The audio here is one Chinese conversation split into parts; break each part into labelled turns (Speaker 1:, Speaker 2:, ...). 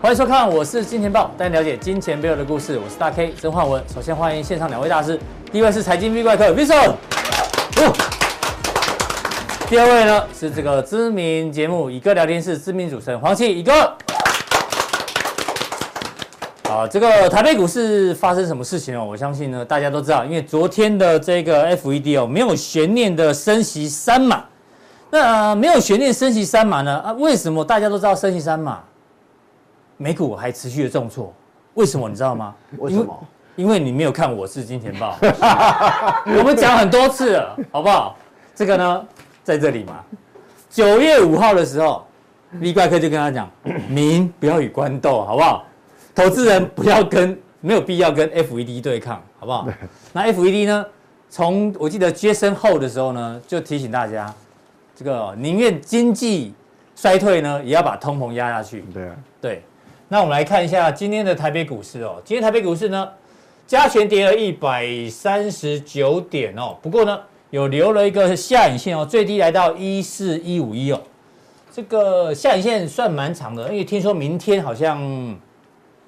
Speaker 1: 欢迎收看，我是金钱豹，带你了解金钱背后的故事。我是大 K 曾焕文。首先欢迎现场两位大师，第一位是财经 V 怪客 Vincent，哦第二位呢是这个知名节目《以哥聊天室》知名主持人黄奇以哥。啊，这个台北股市发生什么事情哦？我相信呢，大家都知道，因为昨天的这个 FED 哦，没有悬念的升息三码。那、呃没有悬念升息三码呢？啊，为什么大家都知道升息三码？美股还持续的重挫，为什么你知道吗？
Speaker 2: 为什么？
Speaker 1: 因为你没有看《我是金钱豹》，我们讲很多次了，好不好？这个呢，在这里嘛，九月五号的时候，李怪客就跟他讲， 民不要与官斗，好不好？投资人不要跟没有必要跟 FED 对抗，好不好？那 FED 呢，从我记得接身后的时候呢，就提醒大家，这个宁愿经济衰退呢，也要把通膨压下去。
Speaker 2: 对啊，
Speaker 1: 对，那我们来看一下今天的台北股市哦。今天台北股市呢，加权跌了一百三十九点哦，不过呢，有留了一个下影线哦，最低来到一四一五一哦。这个下影线算蛮长的，因为听说明天好像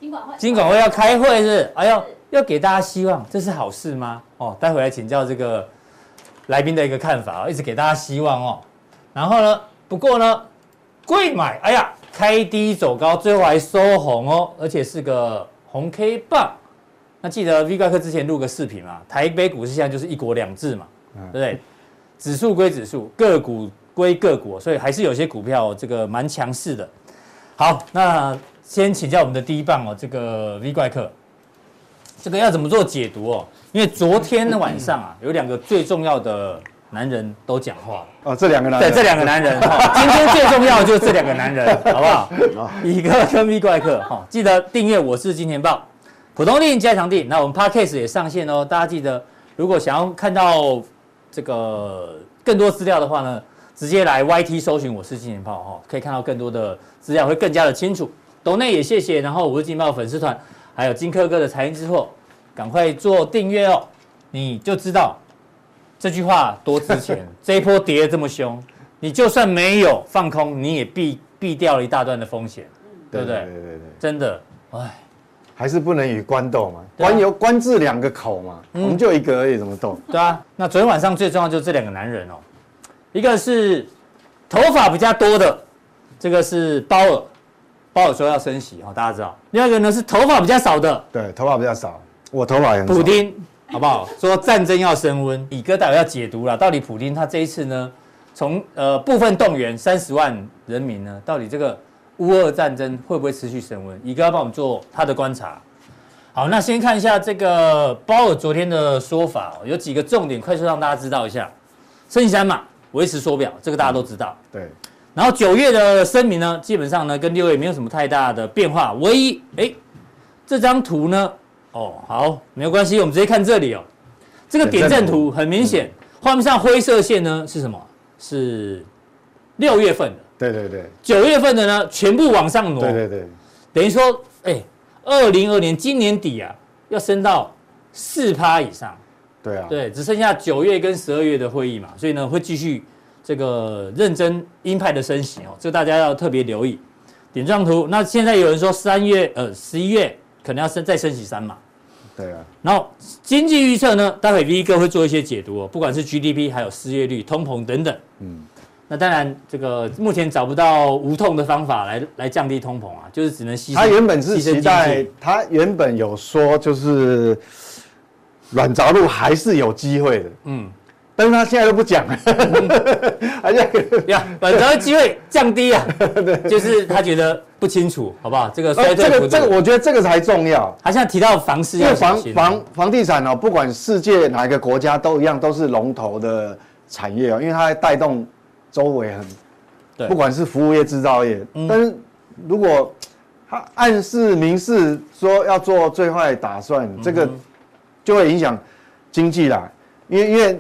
Speaker 3: 金管会，
Speaker 1: 金管会要开会是不是？哎呦
Speaker 3: 是，
Speaker 1: 要给大家希望，这是好事吗？哦，待会来请教这个来宾的一个看法哦，一直给大家希望哦。然后呢，不过呢，贵买，哎呀，开低走高，最后还收红哦，而且是个红 K 棒。那记得 V 怪客之前录个视频嘛，台北股市现在就是一国两制嘛，对不对？指数归指数，个股归个股，所以还是有些股票、哦、这个蛮强势的。好，那先请教我们的第一棒哦，这个 V 怪客，这个要怎么做解读哦？因为昨天的晚上啊，有两个最重要的男人都讲话了。
Speaker 2: 哦，这两个男
Speaker 1: 对，
Speaker 2: 人，
Speaker 1: 这两个男人， 哈，今天最重要的就是这两个男人，好不好？
Speaker 2: 好
Speaker 1: 以哥跟 V 怪客，哈，记得订阅我是金钱豹，普通定加强定。那我们 Podcast 也上线哦，大家记得，如果想要看到这个更多资料的话呢，直接来 YT 搜寻我是金钱豹，哈，可以看到更多的资料，会更加的清楚。抖内也谢谢，然后我是金钱豹粉丝团，还有金科哥的财经之货，赶快做订阅哦，你就知道这句话多值钱。这一波跌得这么凶，你就算没有放空，你也避避掉了一大段的风险，对不对？
Speaker 2: 对对对，
Speaker 1: 真的，哎，
Speaker 2: 还是不能与官斗嘛，
Speaker 1: 对啊嗯
Speaker 2: 官有官字两个口嘛，我们就一个而已，怎么斗？
Speaker 1: 对啊。那昨天晚上最重要就是这两个男人哦，一个是头发比较多的，这个是鲍尔，鲍尔说要升息哦，大家知道。另外一个呢是头发比较少的
Speaker 2: 对，头发比较少，我头发也很少
Speaker 1: 普丁，好不好？说战争要升温，以哥待会要解读了，到底普丁他这一次呢，从呃部分动员三十万人民呢，到底这个乌俄战争会不会持续升温？以哥要帮我们做他的观察。好，那先看一下这个鲍尔昨天的说法、哦，有几个重点，快速让大家知道一下。升息三码，维持缩表，这个大家都知道。
Speaker 2: 对，
Speaker 1: 然后九月的声明呢，基本上呢跟六月没有什么太大的变化，唯一哎这张图呢，哦好没有关系，我们直接看这里哦，这个点阵图嗯很明显，画面上灰色线呢是什么？是六月份的，
Speaker 2: 对对对，
Speaker 1: 九月份的呢全部往上挪，
Speaker 2: 对对对，
Speaker 1: 等于说哎二零二年今年底啊要升到四趴以上。
Speaker 2: 对啊，
Speaker 1: 对，只剩下九月跟十二月的会议嘛，所以呢会继续这个认真鹰派的升息哦，这个大家要特别留意。点状图，那现在有人说三月呃十一月可能要升再升息三嘛，
Speaker 2: 对啊，
Speaker 1: 然后经济预测呢，待会 V 哥会做一些解读哦，不管是 GDP 还有失业率、通膨等等。
Speaker 2: 嗯，
Speaker 1: 那当然，这个目前找不到无痛的方法来来降低通膨啊，就是只能牺牲。
Speaker 2: 他原本是
Speaker 1: 牺牲
Speaker 2: 期
Speaker 1: 经
Speaker 2: 待
Speaker 1: 济，
Speaker 2: 他原本有说就是软着陆还是有机会的，
Speaker 1: 嗯，
Speaker 2: 但是他现在都不讲， 而且
Speaker 1: 呀，本着机会降低 啊，就是他觉得不清楚，好不好？这个衰退
Speaker 2: 哦这
Speaker 1: 幅
Speaker 2: 个
Speaker 1: 度，
Speaker 2: 这个，我觉得这个才重要。
Speaker 1: 他现在提到房市
Speaker 2: 因
Speaker 1: 要
Speaker 2: 为
Speaker 1: 小
Speaker 2: 房
Speaker 1: 心啊
Speaker 2: 房房地产哦，不管世界哪一个国家都一样，都是龙头的产业哦，因为它带动周围
Speaker 1: 对嗯
Speaker 2: 很，不管是服务业、制造业，但是如果它暗示、明示说要做最
Speaker 1: 嗯
Speaker 2: 坏打算，这个就会影响经济啦。因为因为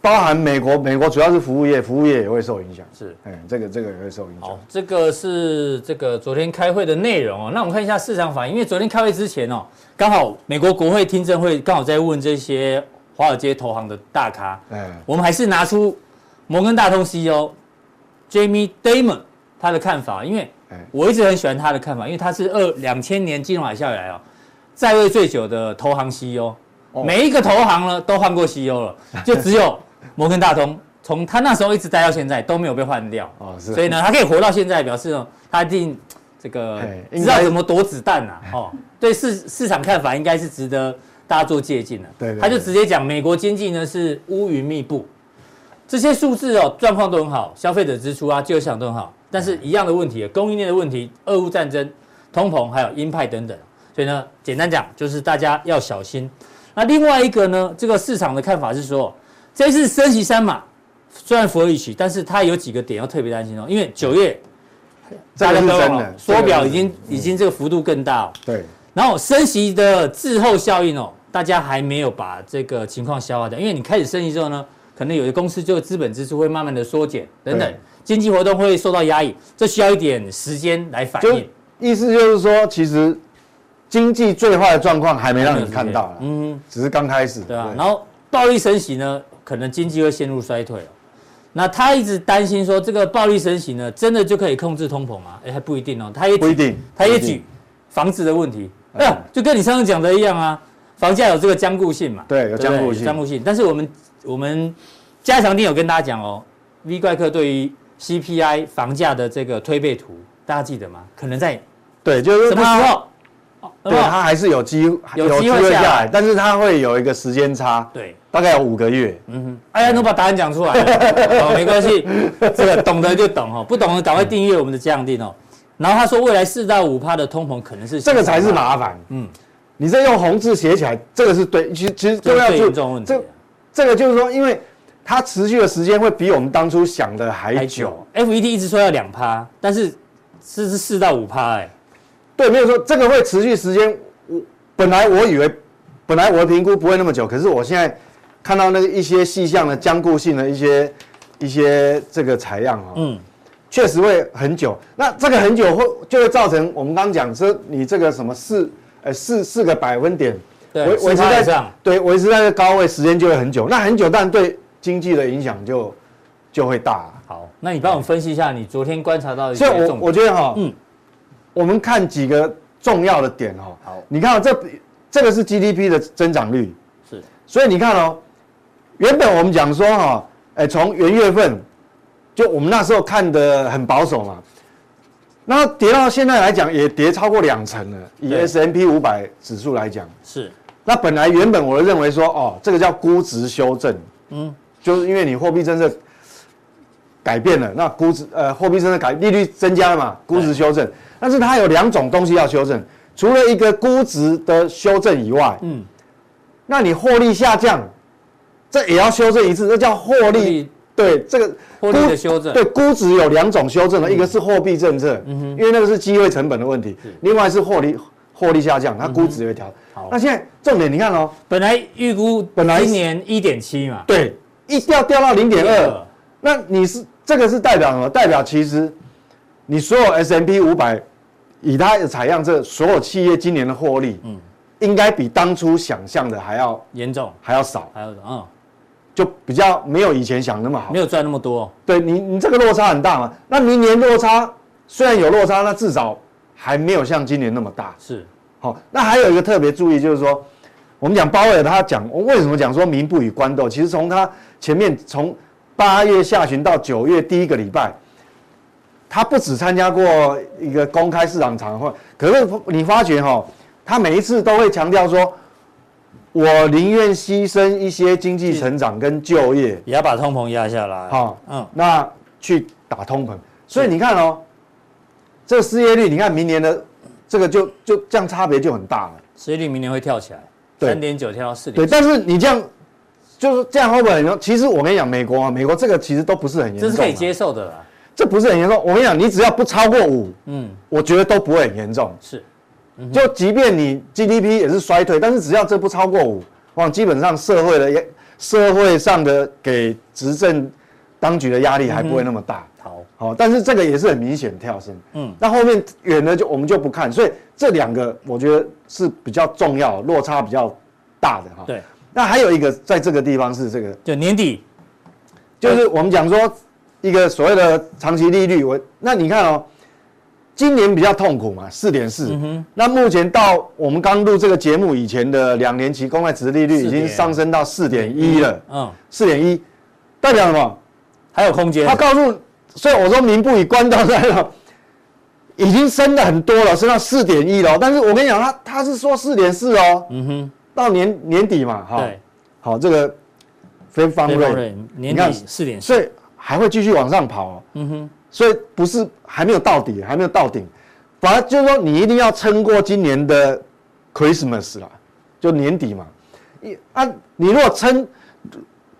Speaker 2: 包含美国，美国主要是服务业，服务业也会受影响。
Speaker 1: 是，
Speaker 2: 哎，这个这个也会受影响
Speaker 1: 好。，这个是这个昨天开会的内容哦。那我们看一下市场反应，因为昨天开会之前哦，刚好美国国会听证会刚好在问这些华尔街投行的大咖，
Speaker 2: 哎，
Speaker 1: 我们还是拿出摩根大通 CEO Jamie Dimon 他的看法，因为
Speaker 2: 哎
Speaker 1: 我一直很喜欢他的看法，因为他是二两千年金融海啸以来哦，在位最久的投行 CEO，、
Speaker 2: 哦
Speaker 1: 每一个投行呢都换过 CEO 了，就只有摩根大通从他那时候一直待到现在都没有被换掉，
Speaker 2: 哦是
Speaker 1: 所以呢他可以活到现在，表示哦他一定这个
Speaker 2: 哎应
Speaker 1: 知道
Speaker 2: 该
Speaker 1: 怎么躲子弹 呐、哦，对市市场看法应该是值得大家做借鉴的、
Speaker 2: 对对
Speaker 1: 他就
Speaker 2: 对
Speaker 1: 直接讲美国经济呢是乌云密布。这些数字哦，状况都很好，消费者支出啊、就业市场都很好，但是一样的问题，供应链的问题、俄乌战争、通膨，还有鹰派等等。所以呢，简单讲就是大家要小心。那另外一个呢，这个市场的看法是说，这次升息三码，虽然符合预期，但是它有几个点要特别担心哦，因为九月
Speaker 2: 这
Speaker 1: 大
Speaker 2: 个
Speaker 1: 家
Speaker 2: 是
Speaker 1: 都
Speaker 2: 真
Speaker 1: 懂
Speaker 2: 的，嗯
Speaker 1: 缩表
Speaker 2: 这个是
Speaker 1: 已经已经这个幅度更大、哦。
Speaker 2: 对，
Speaker 1: 然后升息的滞后效应哦，大家还没有把这个情况消化掉，因为你开始升息之后呢，可能有的公司就资本支出会慢慢的缩减等等
Speaker 2: 对，
Speaker 1: 经济活动会受到压抑，这需要一点时间来反
Speaker 2: 就
Speaker 1: 应。
Speaker 2: 意思就是说，其实经济最坏的状况还没让你看到了，
Speaker 1: 嗯，
Speaker 2: 只是刚开始。
Speaker 1: 对啊。然后暴力升息呢，可能经济会陷入衰退哦。那他一直担心说，这个暴力升息呢，真的就可以控制通膨吗？哎，还不一定哦。他也
Speaker 2: 不一定，
Speaker 1: 他也
Speaker 2: 不一定
Speaker 1: 举房子的问题，
Speaker 2: 嗯
Speaker 1: 哎呀，就跟你上次讲的一样啊，房价有这个僵固性嘛，
Speaker 2: 对有
Speaker 1: 不
Speaker 2: 僵固性
Speaker 1: 僵固性。但是我们我们加强定有跟大家讲哦，V 怪客对于 CPI 房价的这个推背图，大家记得吗？可能在
Speaker 2: 对，就是
Speaker 1: 什么时
Speaker 2: 他，
Speaker 1: 候？哦有没
Speaker 2: 对
Speaker 1: 有
Speaker 2: 他还是有机
Speaker 1: 有机会下来
Speaker 2: 但是他会有一个时间差，
Speaker 1: 对，
Speaker 2: 大概有五个月。
Speaker 1: 嗯哼，哎呀，能把答案讲出来 了，哦，没关系，这个懂得就懂哦，不懂的赶快订阅我们的加强定哦。然后他说，未来四到五趴的通膨可能是
Speaker 2: 这个才是麻烦。
Speaker 1: 嗯
Speaker 2: 嗯，你这用红字写起来，这个是对，其实其实
Speaker 1: 这
Speaker 2: 各位
Speaker 1: 个
Speaker 2: 要
Speaker 1: 最
Speaker 2: 注意
Speaker 1: 严重的问题啊
Speaker 2: 这。这个就是说，因为它持续的时间会比我们当初想的
Speaker 1: 哎
Speaker 2: 还久。。
Speaker 1: FED E 一直说要两趴，但是这是四到五趴，哎、
Speaker 2: 对，没有说这个会持续时间。我本来我以为，本来我的评估不会那么久，可是我现在看到那个一些细项的僵固性的一些一些这个采样哦，
Speaker 1: 嗯，
Speaker 2: 确实会很久。那这个很久会就会造成我们刚刚讲说你这个什么四呃四四个百分点
Speaker 1: 对
Speaker 2: 维维持在
Speaker 1: 4%以上
Speaker 2: 对维持在这高位时间就会很久。那很久，但对经济的影响就就会大。
Speaker 1: 好，那你帮我们分析一下你昨天观察到的一些
Speaker 2: 所以
Speaker 1: 重点。
Speaker 2: 我我觉得哈、
Speaker 1: 嗯
Speaker 2: 我们看几个重要的点哈、
Speaker 1: 好
Speaker 2: 你看、哦、这这个是 GDP 的增长率，
Speaker 1: 是
Speaker 2: 所以你看哦，原本我们讲说哈、哎，从元月份，就我们那时候看的很保守嘛，那跌到现在来讲也跌超过两成了，以
Speaker 1: 对
Speaker 2: S M P 五百指数来讲，
Speaker 1: 是，
Speaker 2: 那本来原本我认为说哦，这个叫估值修正，
Speaker 1: 嗯，
Speaker 2: 就是因为你货币政策改变了，那估值呃货币政策改利率增加了嘛，估值修正。但是它有两种东西要修正，除了一个估值的修正以外，
Speaker 1: 嗯，
Speaker 2: 那你获利下降，这也要修正一次，这叫获
Speaker 1: 获
Speaker 2: 利
Speaker 1: 利。
Speaker 2: 对这个
Speaker 1: 获利的
Speaker 2: 估
Speaker 1: 修正嗯
Speaker 2: 对估值有两种修正的，一个是货币政策，因为那个是机会成本的问题，另外是获利获利下降，它估值也会调。
Speaker 1: 嗯好
Speaker 2: 那现在重点你看哦，
Speaker 1: 本来预估
Speaker 2: 本来是
Speaker 1: 今年一点七嘛，呃
Speaker 2: 对，一掉掉到零点二，那你是这个是代表什么？代表其实你所有 S M P 五百以它的采样这所有企业今年的获利，嗯，应该比当初想象的还要
Speaker 1: 严重，
Speaker 2: 还要少，
Speaker 1: 还有嗯，
Speaker 2: 就比较没有以前想那么好
Speaker 1: 没。有赚那么多，
Speaker 2: 对你，你这个落差很大嘛。那明年落差虽然有落差，那至少还没有像今年那么大。
Speaker 1: 是
Speaker 2: 好、那还有一个特别注意就是说，我们讲鲍威尔他讲我为什么讲说民不与官斗，其实从他前面从八月下旬到九月第一个礼拜，他不止参加过一个公开市场常会，可是你发觉哈、他每一次都会强调说，我宁愿牺牲一些经济成长跟就业，
Speaker 1: 也要把通膨压下来。
Speaker 2: 好、
Speaker 1: 嗯，
Speaker 2: 那去打通膨。所以你看哦，这个失业率，你看明年的这个就就这样差别就很大了。
Speaker 1: 失业率明年会跳起来，
Speaker 2: 对
Speaker 1: 三点九跳到四
Speaker 2: 对，
Speaker 1: 点，
Speaker 2: 但是你这样就是这样会不会很严重？其实我跟你讲，美国啊，美国这个其实都不是很严重、
Speaker 1: 这
Speaker 2: 啊，
Speaker 1: 是可以接受的啦。
Speaker 2: 这不是很严重。我跟你讲，你只要不超过五，
Speaker 1: 嗯，
Speaker 2: 我觉得都不会很严重。
Speaker 1: 是
Speaker 2: 就即便你 GDP 也是衰退，但是只要这不超过五，往基本上社会的社会上的给执政当局的压力还不会那么大。
Speaker 1: 好，
Speaker 2: 好、但是这个也是很明显跳升。
Speaker 1: 嗯
Speaker 2: 嗯，那后面远的就我们就不看，所以这两个我觉得是比较重要，落差比较大的哈。
Speaker 1: 对，
Speaker 2: 那还有一个在这个地方是这个，
Speaker 1: 就年底
Speaker 2: 就是我们讲说一个所谓的长期利率，我那你看哦，今年比较痛苦嘛，四点
Speaker 1: 嗯
Speaker 2: 四。那目前到我们刚录这个节目以前的两年期公债值利率已经
Speaker 1: 4.1
Speaker 2: 上升到四点一了，
Speaker 1: 嗯，
Speaker 2: 四点一，代表什么？
Speaker 1: 还有空间
Speaker 2: 他，告诉，所以我说民不以官到来了，已经升的很多了，升到四点一了。但是我跟你讲，他他是说四点四哦，
Speaker 1: 嗯哼，
Speaker 2: 到年年底嘛，哈，
Speaker 1: 对，
Speaker 2: 好，这个非方
Speaker 1: 对
Speaker 2: 瑞，
Speaker 1: 年
Speaker 2: 你看
Speaker 1: 底四点四，
Speaker 2: 所以还会继续往上跑、哦，
Speaker 1: 嗯哼，
Speaker 2: 所以不是还没有到底，还没有到顶，反而就是说你一定要撑过今年的 Christmas 啦，就年底嘛。一啊，你如果撑，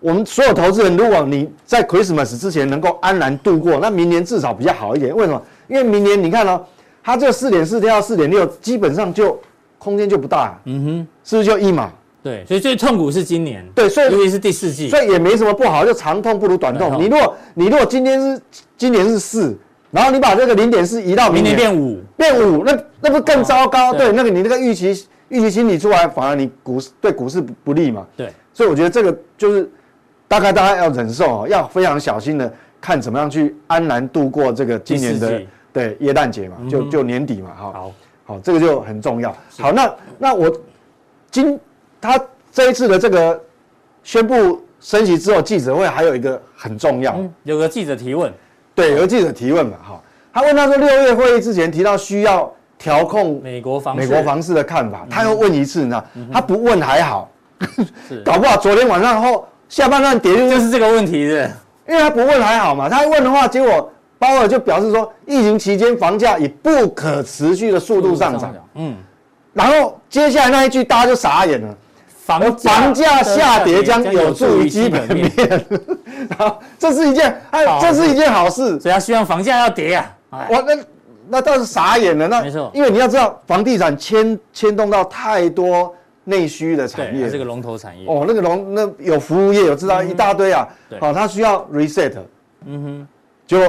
Speaker 2: 我们所有投资人如果你在 Christmas 之前能够安然度过，那明年至少比较好一点。为什么？因为明年你看哦，它这四点四跳到四点六，基本上就空间就不大，
Speaker 1: 嗯哼，
Speaker 2: 是不是就一码？
Speaker 1: 对，所以最痛苦是今年，
Speaker 2: 对，所以
Speaker 1: 尤其是第四季，
Speaker 2: 所以也没什么不好，就长痛不如短
Speaker 1: 短
Speaker 2: 痛。
Speaker 1: 痛
Speaker 2: 你如果你如果今天是今年是四，然后你把这个零点四移到
Speaker 1: 明
Speaker 2: 明
Speaker 1: 年
Speaker 2: 年
Speaker 1: 变五，
Speaker 2: 变五，那那不更糟糕？
Speaker 1: 哦对
Speaker 2: 对，那个你那个预期预期心理出来，反而你股市对股市不不利嘛。
Speaker 1: 对，
Speaker 2: 所以我觉得这个就是大概大家要忍受哦，要非常小心的看怎么样去安然度过这个今年
Speaker 1: 第四
Speaker 2: 的
Speaker 1: 季
Speaker 2: 对耶诞节嘛，就就年底嘛哈。
Speaker 1: 好，
Speaker 2: 好，这个就很重要。好，那那我今他这一次的这个宣布升息之后，记者会还有一个很重要，
Speaker 1: 嗯，有个记者提问，
Speaker 2: 对，有记者提问嘛，哈，他问他说六月会议之前提到需要调控
Speaker 1: 美国房
Speaker 2: 美
Speaker 1: 市嗯
Speaker 2: 国房市的看法，他又问一次，你知道，他不问还好，
Speaker 1: 是
Speaker 2: 搞不好昨天晚上后下半段跌就是
Speaker 1: 就是这个问题是
Speaker 2: 因为他不问还好嘛，他问的话，结果鲍尔就表示说，疫情期间房价以不可持续的速
Speaker 1: 不
Speaker 2: 度
Speaker 1: 是
Speaker 2: 上涨，，
Speaker 1: 嗯，
Speaker 2: 然后接下来那一句大家就傻眼了，
Speaker 1: 房
Speaker 2: 而房价下跌将有助于基本面
Speaker 1: 面，。
Speaker 2: 然后这是一件，哎
Speaker 1: 好，
Speaker 2: 这是一件好事。
Speaker 1: 所以他希望房价要跌啊，哎，
Speaker 2: 我那那倒是傻眼了，那
Speaker 1: 没错
Speaker 2: 因为你要知道，房地产牵牵动到太多内需的
Speaker 1: 对，
Speaker 2: 产业
Speaker 1: 它，是个龙头产业，
Speaker 2: 哦，那个龙那有服务业，有知道一大堆啊
Speaker 1: 对，
Speaker 2: 好，它需要 reset，
Speaker 1: 嗯哼，
Speaker 2: 就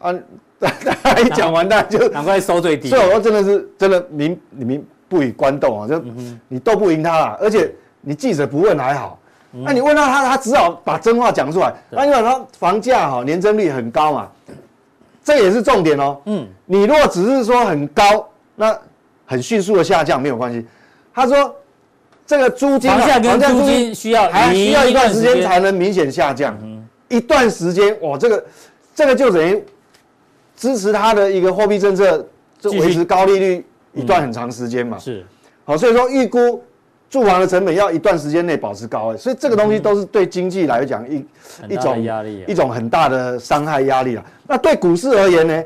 Speaker 2: 啊， 大家一讲完，大家就
Speaker 1: 难怪收最低
Speaker 2: 所，以我说真的是真的民民不与官斗啊，就
Speaker 1: 嗯
Speaker 2: 你斗不赢他啦，而且你记者不问还好，
Speaker 1: 嗯
Speaker 2: 那你问到他，他只好把真话讲出来。那你讲他房价哈年增率很高嘛，这也是重点哦。
Speaker 1: 嗯，
Speaker 2: 你如果只是说很高，那很迅速的下降没有关系。他说这个租金啊
Speaker 1: 房价跟租金需要
Speaker 2: 还需要一段时间嗯
Speaker 1: 才。
Speaker 2: 才能明显下降，一段时间，哇，这个这个就等于支持它的一个货币政策，就
Speaker 1: 继续
Speaker 2: 维持高利率一段很长时间嘛。
Speaker 1: 是，
Speaker 2: 好，所以说预估住房的成本要一段时间内保持高、哎所以这个东西都是对经济来讲一、
Speaker 1: 很
Speaker 2: 一
Speaker 1: 大的
Speaker 2: 种
Speaker 1: 压力啊
Speaker 2: 一种很大的伤害压力了。啊那对股市而言呢，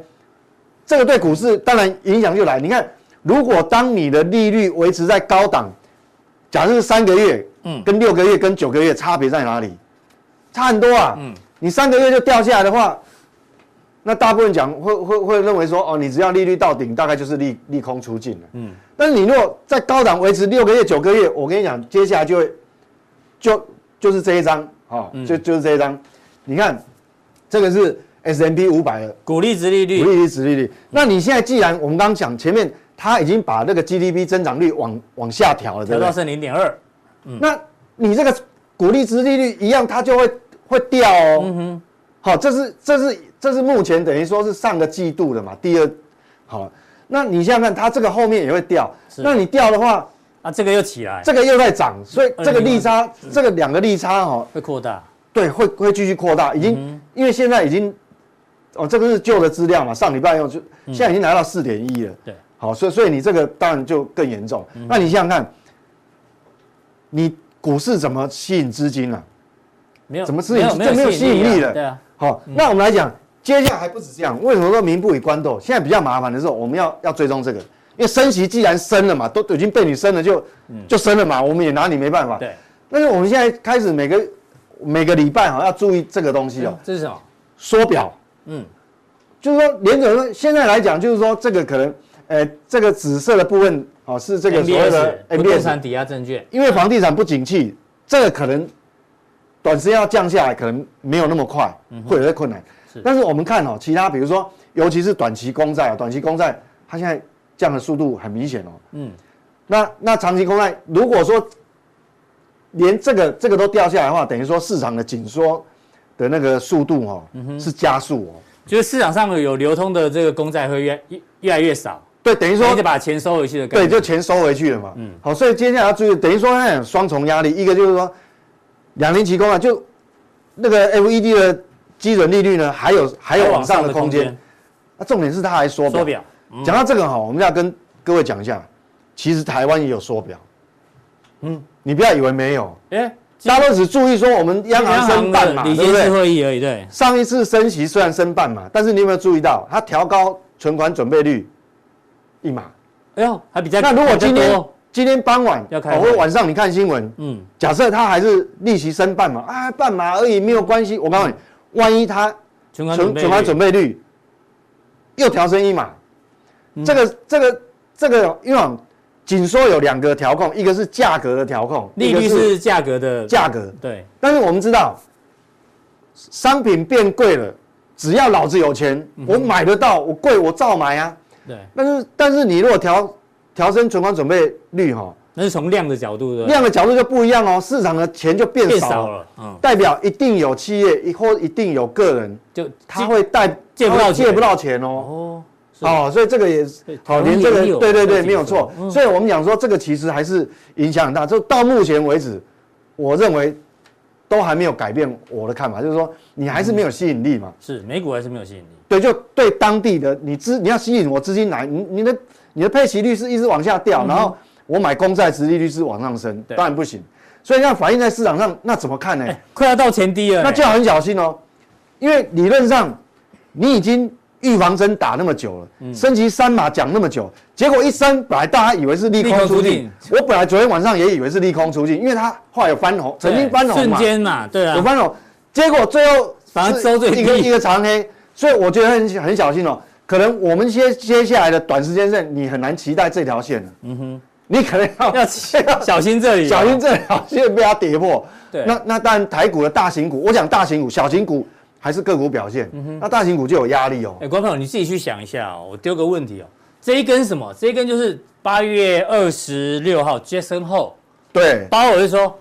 Speaker 2: 这个对股市当然影响就来。你看，如果当你的利率维持在高档，假设是三个月，
Speaker 1: 嗯
Speaker 2: 跟六个月跟九个月差别在哪里？差很多啊，
Speaker 1: 嗯
Speaker 2: 你三个月就掉下来的话。那大部分讲会会会认为说哦，你只要利率到顶，大概就是利利空出尽了。
Speaker 1: 嗯，
Speaker 2: 但是你如果在高档维持六个月、九个月，我跟你讲，接下来就会就就是这一张啊、
Speaker 1: 嗯
Speaker 2: 就就是这一张。你看，这个是 S M P 五百的
Speaker 1: 股利值利
Speaker 2: 股
Speaker 1: 率
Speaker 2: 利率、殖利率。那你现在既然我们刚刚讲前面，它已经把那个 G D P 增长率往往下调了，
Speaker 1: 调
Speaker 2: 对不
Speaker 1: 到嗯
Speaker 2: 对？
Speaker 1: 剩零点二，
Speaker 2: 那你这个股利殖利率一样，它就会会掉哦。
Speaker 1: 嗯
Speaker 2: 好、这是这是这是目前等于说是上个季度的嘛，第二好、那你想想看，它这个后面也会掉，
Speaker 1: 是
Speaker 2: 那你掉的话。
Speaker 1: 啊，这个又起来，
Speaker 2: 这个又在涨，所以
Speaker 1: 2020
Speaker 2: 这个利差，这个两个利差哈、哦，
Speaker 1: 会扩大，
Speaker 2: 对，会会继续扩大，已经、
Speaker 1: 嗯
Speaker 2: 因为现在已经，哦，这个是旧的资料嘛，上礼拜用就现在已经来到四点一了，
Speaker 1: 嗯对，嗯
Speaker 2: 好，所以所以你这个当然就更严重。那你想想看，你股市怎么吸引资金啊？
Speaker 1: 没有
Speaker 2: 怎么吸引这没有吸引力
Speaker 1: 啊
Speaker 2: 了
Speaker 1: 对啊，
Speaker 2: 好，那我们来讲，接下来还不止这样。为什么说民不与官斗？现在比较麻烦的是，我们要要追踪这个，因为升息既然升了嘛，都都已经被你升了就，就、升了嘛，我们也拿你没办法。
Speaker 1: 嗯对，
Speaker 2: 但是我们现在开始每个每个礼拜哈要注意这个东西哦，
Speaker 1: 嗯这是什么？
Speaker 2: 缩表，
Speaker 1: 嗯，
Speaker 2: 就是说联准会现在来讲，就是说这个可能，呃，这个紫色的部分哦是这个所谓的
Speaker 1: MBS 不动
Speaker 2: MBS，
Speaker 1: 产抵押证券，
Speaker 2: 因为房地产不景气，这个可能短时间要降下来，可能没有那么快，会有些困难。
Speaker 1: 嗯是
Speaker 2: 但是我们看哦，其他比如说，尤其是短期公债啊，短期公债它现在降的速度很明显哦。
Speaker 1: 嗯，
Speaker 2: 那那长期公债如果说连这个这个都掉下来的话，等于说市场的紧缩的那个速度哦、是加速哦。
Speaker 1: 就是市场上有流通的这个公债会越越越来越少，
Speaker 2: 对，等于
Speaker 1: 你
Speaker 2: 说
Speaker 1: 得把钱收回去的感
Speaker 2: 对，
Speaker 1: 觉。
Speaker 2: 就钱收回去了嘛。嗯，好，所以接下来要注意，等于说它有双重压力，一个就是说两年期公啊，就那个 FED 的基准利率呢，还有还有往上的空间。那、重点是它还缩
Speaker 1: 缩
Speaker 2: 表。
Speaker 1: 表，
Speaker 2: 嗯讲到这个哈，我们要跟各位讲一下，其实台湾也有缩表。嗯，你不要以为没有，
Speaker 1: 哎，
Speaker 2: 大家都只注意说我们央行升半嘛，
Speaker 1: 离
Speaker 2: 对
Speaker 1: 间
Speaker 2: 不
Speaker 1: 式
Speaker 2: 对？
Speaker 1: 会议而已，对，
Speaker 2: 上一次升息虽然升半嘛，但是你有没有注意到它调高存款准备率一码？
Speaker 1: 哎呦，还比较
Speaker 2: 那如果今
Speaker 1: 还比较
Speaker 2: 天
Speaker 1: 多
Speaker 2: 今天傍晚
Speaker 1: 要开
Speaker 2: 哦
Speaker 1: 会
Speaker 2: 或晚上你看新闻，
Speaker 1: 嗯，
Speaker 2: 假设它还是利息升半码啊，半码而已没有关系。我告诉你，万一它
Speaker 1: 存款
Speaker 2: 存
Speaker 1: 准备
Speaker 2: 存款准备率又调升一码，这个这个这个，因为紧缩有两个调控，一个是价格的调控，
Speaker 1: 利
Speaker 2: 一
Speaker 1: 率
Speaker 2: 个是
Speaker 1: 是价格的，
Speaker 2: 价格。
Speaker 1: 对，
Speaker 2: 但是我们知道，商品变贵了，只要老子有钱，
Speaker 1: 嗯
Speaker 2: 我买得到，我贵我照买啊。
Speaker 1: 对，
Speaker 2: 但是但是你如果调调升存款准备率哈、
Speaker 1: 那是从量的角度的，
Speaker 2: 量的角度就不一样哦，市场的钱就变
Speaker 1: 变
Speaker 2: 少了，
Speaker 1: 少了，嗯，
Speaker 2: 代表一定有企业或一定有个人，
Speaker 1: 就
Speaker 2: 他会贷
Speaker 1: 借不到
Speaker 2: 他会
Speaker 1: 钱
Speaker 2: 借不到钱哦。
Speaker 1: 哦，是
Speaker 2: 哦，所以这个也是
Speaker 1: 对
Speaker 2: 好，
Speaker 1: 台湾
Speaker 2: 连这个
Speaker 1: 也有
Speaker 2: 对
Speaker 1: 这
Speaker 2: 对对，
Speaker 1: 个嗯
Speaker 2: 没有
Speaker 1: 情况
Speaker 2: 错。所以我们讲说，这个其实还是影响很大。就到目前为止，我认为都还没有改变我的看法，就是说你还是没有吸引力嘛。
Speaker 1: 是美股还是没有吸引力，
Speaker 2: 对，就对当地的你资你要吸引我资金来，你你的你的配息率是一直往下掉，然后我买公债殖利率是往上升，
Speaker 1: 嗯对哎
Speaker 2: 当然不行。所以这样反映在市场上，那怎么看呢？
Speaker 1: 快要到前低了，
Speaker 2: 那就要很小心哦，因为理论上你已经预防针打那么久
Speaker 1: 嗯
Speaker 2: 了，升级三码讲那么久，结果一升，本来大家以为是利
Speaker 1: 利
Speaker 2: 空
Speaker 1: 空
Speaker 2: 出
Speaker 1: 出
Speaker 2: 尽
Speaker 1: 尽，
Speaker 2: 我本来昨天晚上也以为是利空出尽，因为它后来有翻红，
Speaker 1: 对
Speaker 2: 曾经翻红
Speaker 1: 瞬
Speaker 2: 嘛，
Speaker 1: 间嘛，对啊
Speaker 2: 有，翻红，结果最后
Speaker 1: 反而收最低
Speaker 2: 一个一个长黑，所以我觉得很很小心哦。可能我们接接下来的短时间内，你很难期待这条线了。嗯哼，你可能 要
Speaker 1: 要 小心这里，啊
Speaker 2: 小心这条线被它跌破。
Speaker 1: 对
Speaker 2: 那那当然台股的大型股，我讲大型股、小型股还是个股表现。
Speaker 1: 嗯
Speaker 2: 那大型股就有压力哦
Speaker 1: 哎、。观众朋友，你自己去想一下哦。我丢个问题哦，这一根什么？这一根就是八月二十六号，Jackson Hole
Speaker 2: 对，
Speaker 1: 鲍尔就说，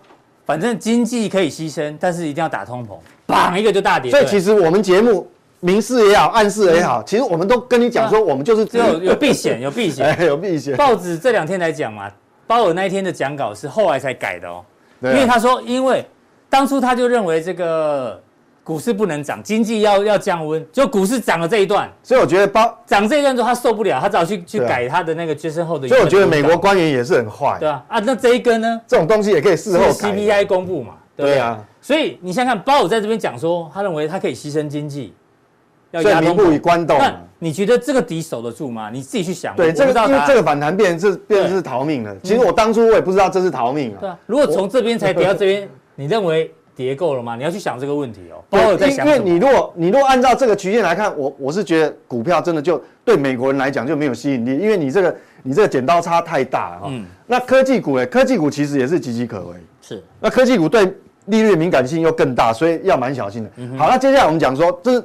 Speaker 1: 反正经济可以牺牲，但是一定要打通膨，砰一个就大跌。
Speaker 2: 所以其
Speaker 1: 实
Speaker 2: 实我们节目明示也好，暗示也好，其实我们都跟你讲说，我们就是
Speaker 1: 嗯啊只有有避险，有避险。
Speaker 2: 哎有避险，
Speaker 1: 报纸这两天来讲嘛，鲍尔那一天的讲稿是后来才改的哦，
Speaker 2: 对啊
Speaker 1: 因为他说，因为当初他就认为这个股市不能涨，经济要要降温，就股市涨了这一段。
Speaker 2: 所以我觉得包，
Speaker 1: 涨这一段之后，他受不了，他只好去去
Speaker 2: 对啊
Speaker 1: 改他的那个 Jackson Hole 的原本文档。
Speaker 2: 所以我觉得美国官员也是很坏
Speaker 1: 对，啊，啊，那这一根呢？
Speaker 2: 这种东西也可以事
Speaker 1: 是
Speaker 2: 后改的。
Speaker 1: CPI 公布嘛，对不
Speaker 2: 对
Speaker 1: 对？
Speaker 2: 啊，
Speaker 1: 所以你想想看，鲍尔在这边讲说，他认为他可以牺牲经济，啊要
Speaker 2: 所以
Speaker 1: 压
Speaker 2: 民
Speaker 1: 通
Speaker 2: 不与
Speaker 1: 膨。
Speaker 2: 官斗嘛。
Speaker 1: 那你觉得这个底守得住吗？你自己去想。
Speaker 2: 对，
Speaker 1: 我
Speaker 2: 这
Speaker 1: 我不知道
Speaker 2: 个因为
Speaker 1: 答案
Speaker 2: 这个反弹变成是变成是逃命了。其实我当初我也不知道这是逃命啊
Speaker 1: 对。啊，如果从这边才跌到这边， 你认为跌够了吗？你要去想这个问题哦。鲍
Speaker 2: 对
Speaker 1: 尔在想
Speaker 2: 因因
Speaker 1: 什
Speaker 2: 为
Speaker 1: 么？
Speaker 2: 你如果你如果按照这个曲线来看，我我是觉得股票真的就对美国人来讲就没有吸引力，因为你这个你这个剪刀差太大了、哦。
Speaker 1: 嗯
Speaker 2: 那科技股哎，科技股其实也是岌岌可危。
Speaker 1: 是
Speaker 2: 那科技股对利率敏感性又更大，所以要蛮小心的。好，那接下来我们讲说，这是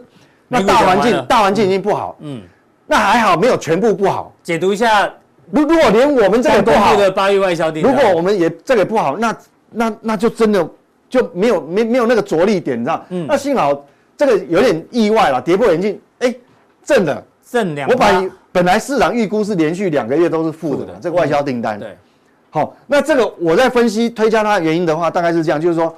Speaker 2: 那
Speaker 1: 嗯美股讲
Speaker 2: 大环
Speaker 1: 完
Speaker 2: 境
Speaker 1: 了
Speaker 2: 大环境已经不好，
Speaker 1: 嗯，
Speaker 2: 那还好没有全部不好。
Speaker 1: 解读一下
Speaker 2: 如如果连我们这个
Speaker 1: 刚
Speaker 2: 不
Speaker 1: 公
Speaker 2: 好
Speaker 1: 布，的八月外销订
Speaker 2: 如
Speaker 1: 单。
Speaker 2: 果我们也这个也不好，那那那就真的就没有没没有那个着力点，你知道？
Speaker 1: 嗯
Speaker 2: 那幸好这个有点意外了，跌破眼镜，哎、正的。
Speaker 1: 正两
Speaker 2: 我
Speaker 1: 趴，
Speaker 2: 本本来市场预估是连续两个月都是负
Speaker 1: 负
Speaker 2: 的嘛
Speaker 1: 的，嗯
Speaker 2: 这个外销订单。
Speaker 1: 对，
Speaker 2: 好、那这个我在分析推敲它的原因的话，大概是这样，就是说，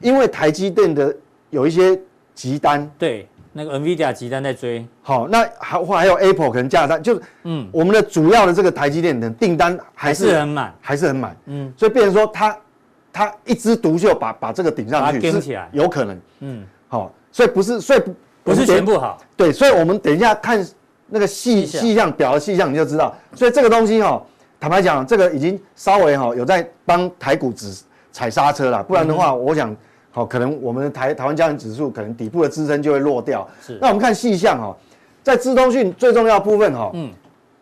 Speaker 2: 因为台积电的有一些急单，
Speaker 1: 对，那个 Nvidia 集单在追，
Speaker 2: 好、那还还有 Apple 可能价单，就是
Speaker 1: 嗯，
Speaker 2: 我们的主要的这个台积电的订单还
Speaker 1: 还
Speaker 2: 是
Speaker 1: 是很满。
Speaker 2: 还是很满，
Speaker 1: 嗯
Speaker 2: 嗯，所以变成说它它一枝独秀把把这个顶
Speaker 1: 把
Speaker 2: 上
Speaker 1: 它
Speaker 2: 去，
Speaker 1: 顶
Speaker 2: 是
Speaker 1: 起来
Speaker 2: 有可能，
Speaker 1: 嗯，
Speaker 2: 好、所以不是，所以不
Speaker 1: 不是
Speaker 2: 我们等
Speaker 1: 全部好。
Speaker 2: 对，所以我们等一下看那个细
Speaker 1: 细项
Speaker 2: 细项表的细项你就知道，所以这个东西哈、坦白讲，这个已经稍微哈、有在帮台股指踩刹车了，不然的话，
Speaker 1: 嗯
Speaker 2: 我想好、可能我们的台台湾加权指数可能底部的支撑就会落掉。
Speaker 1: 是
Speaker 2: 那我们看细项哈，在资通讯最重要的部分哈、
Speaker 1: 嗯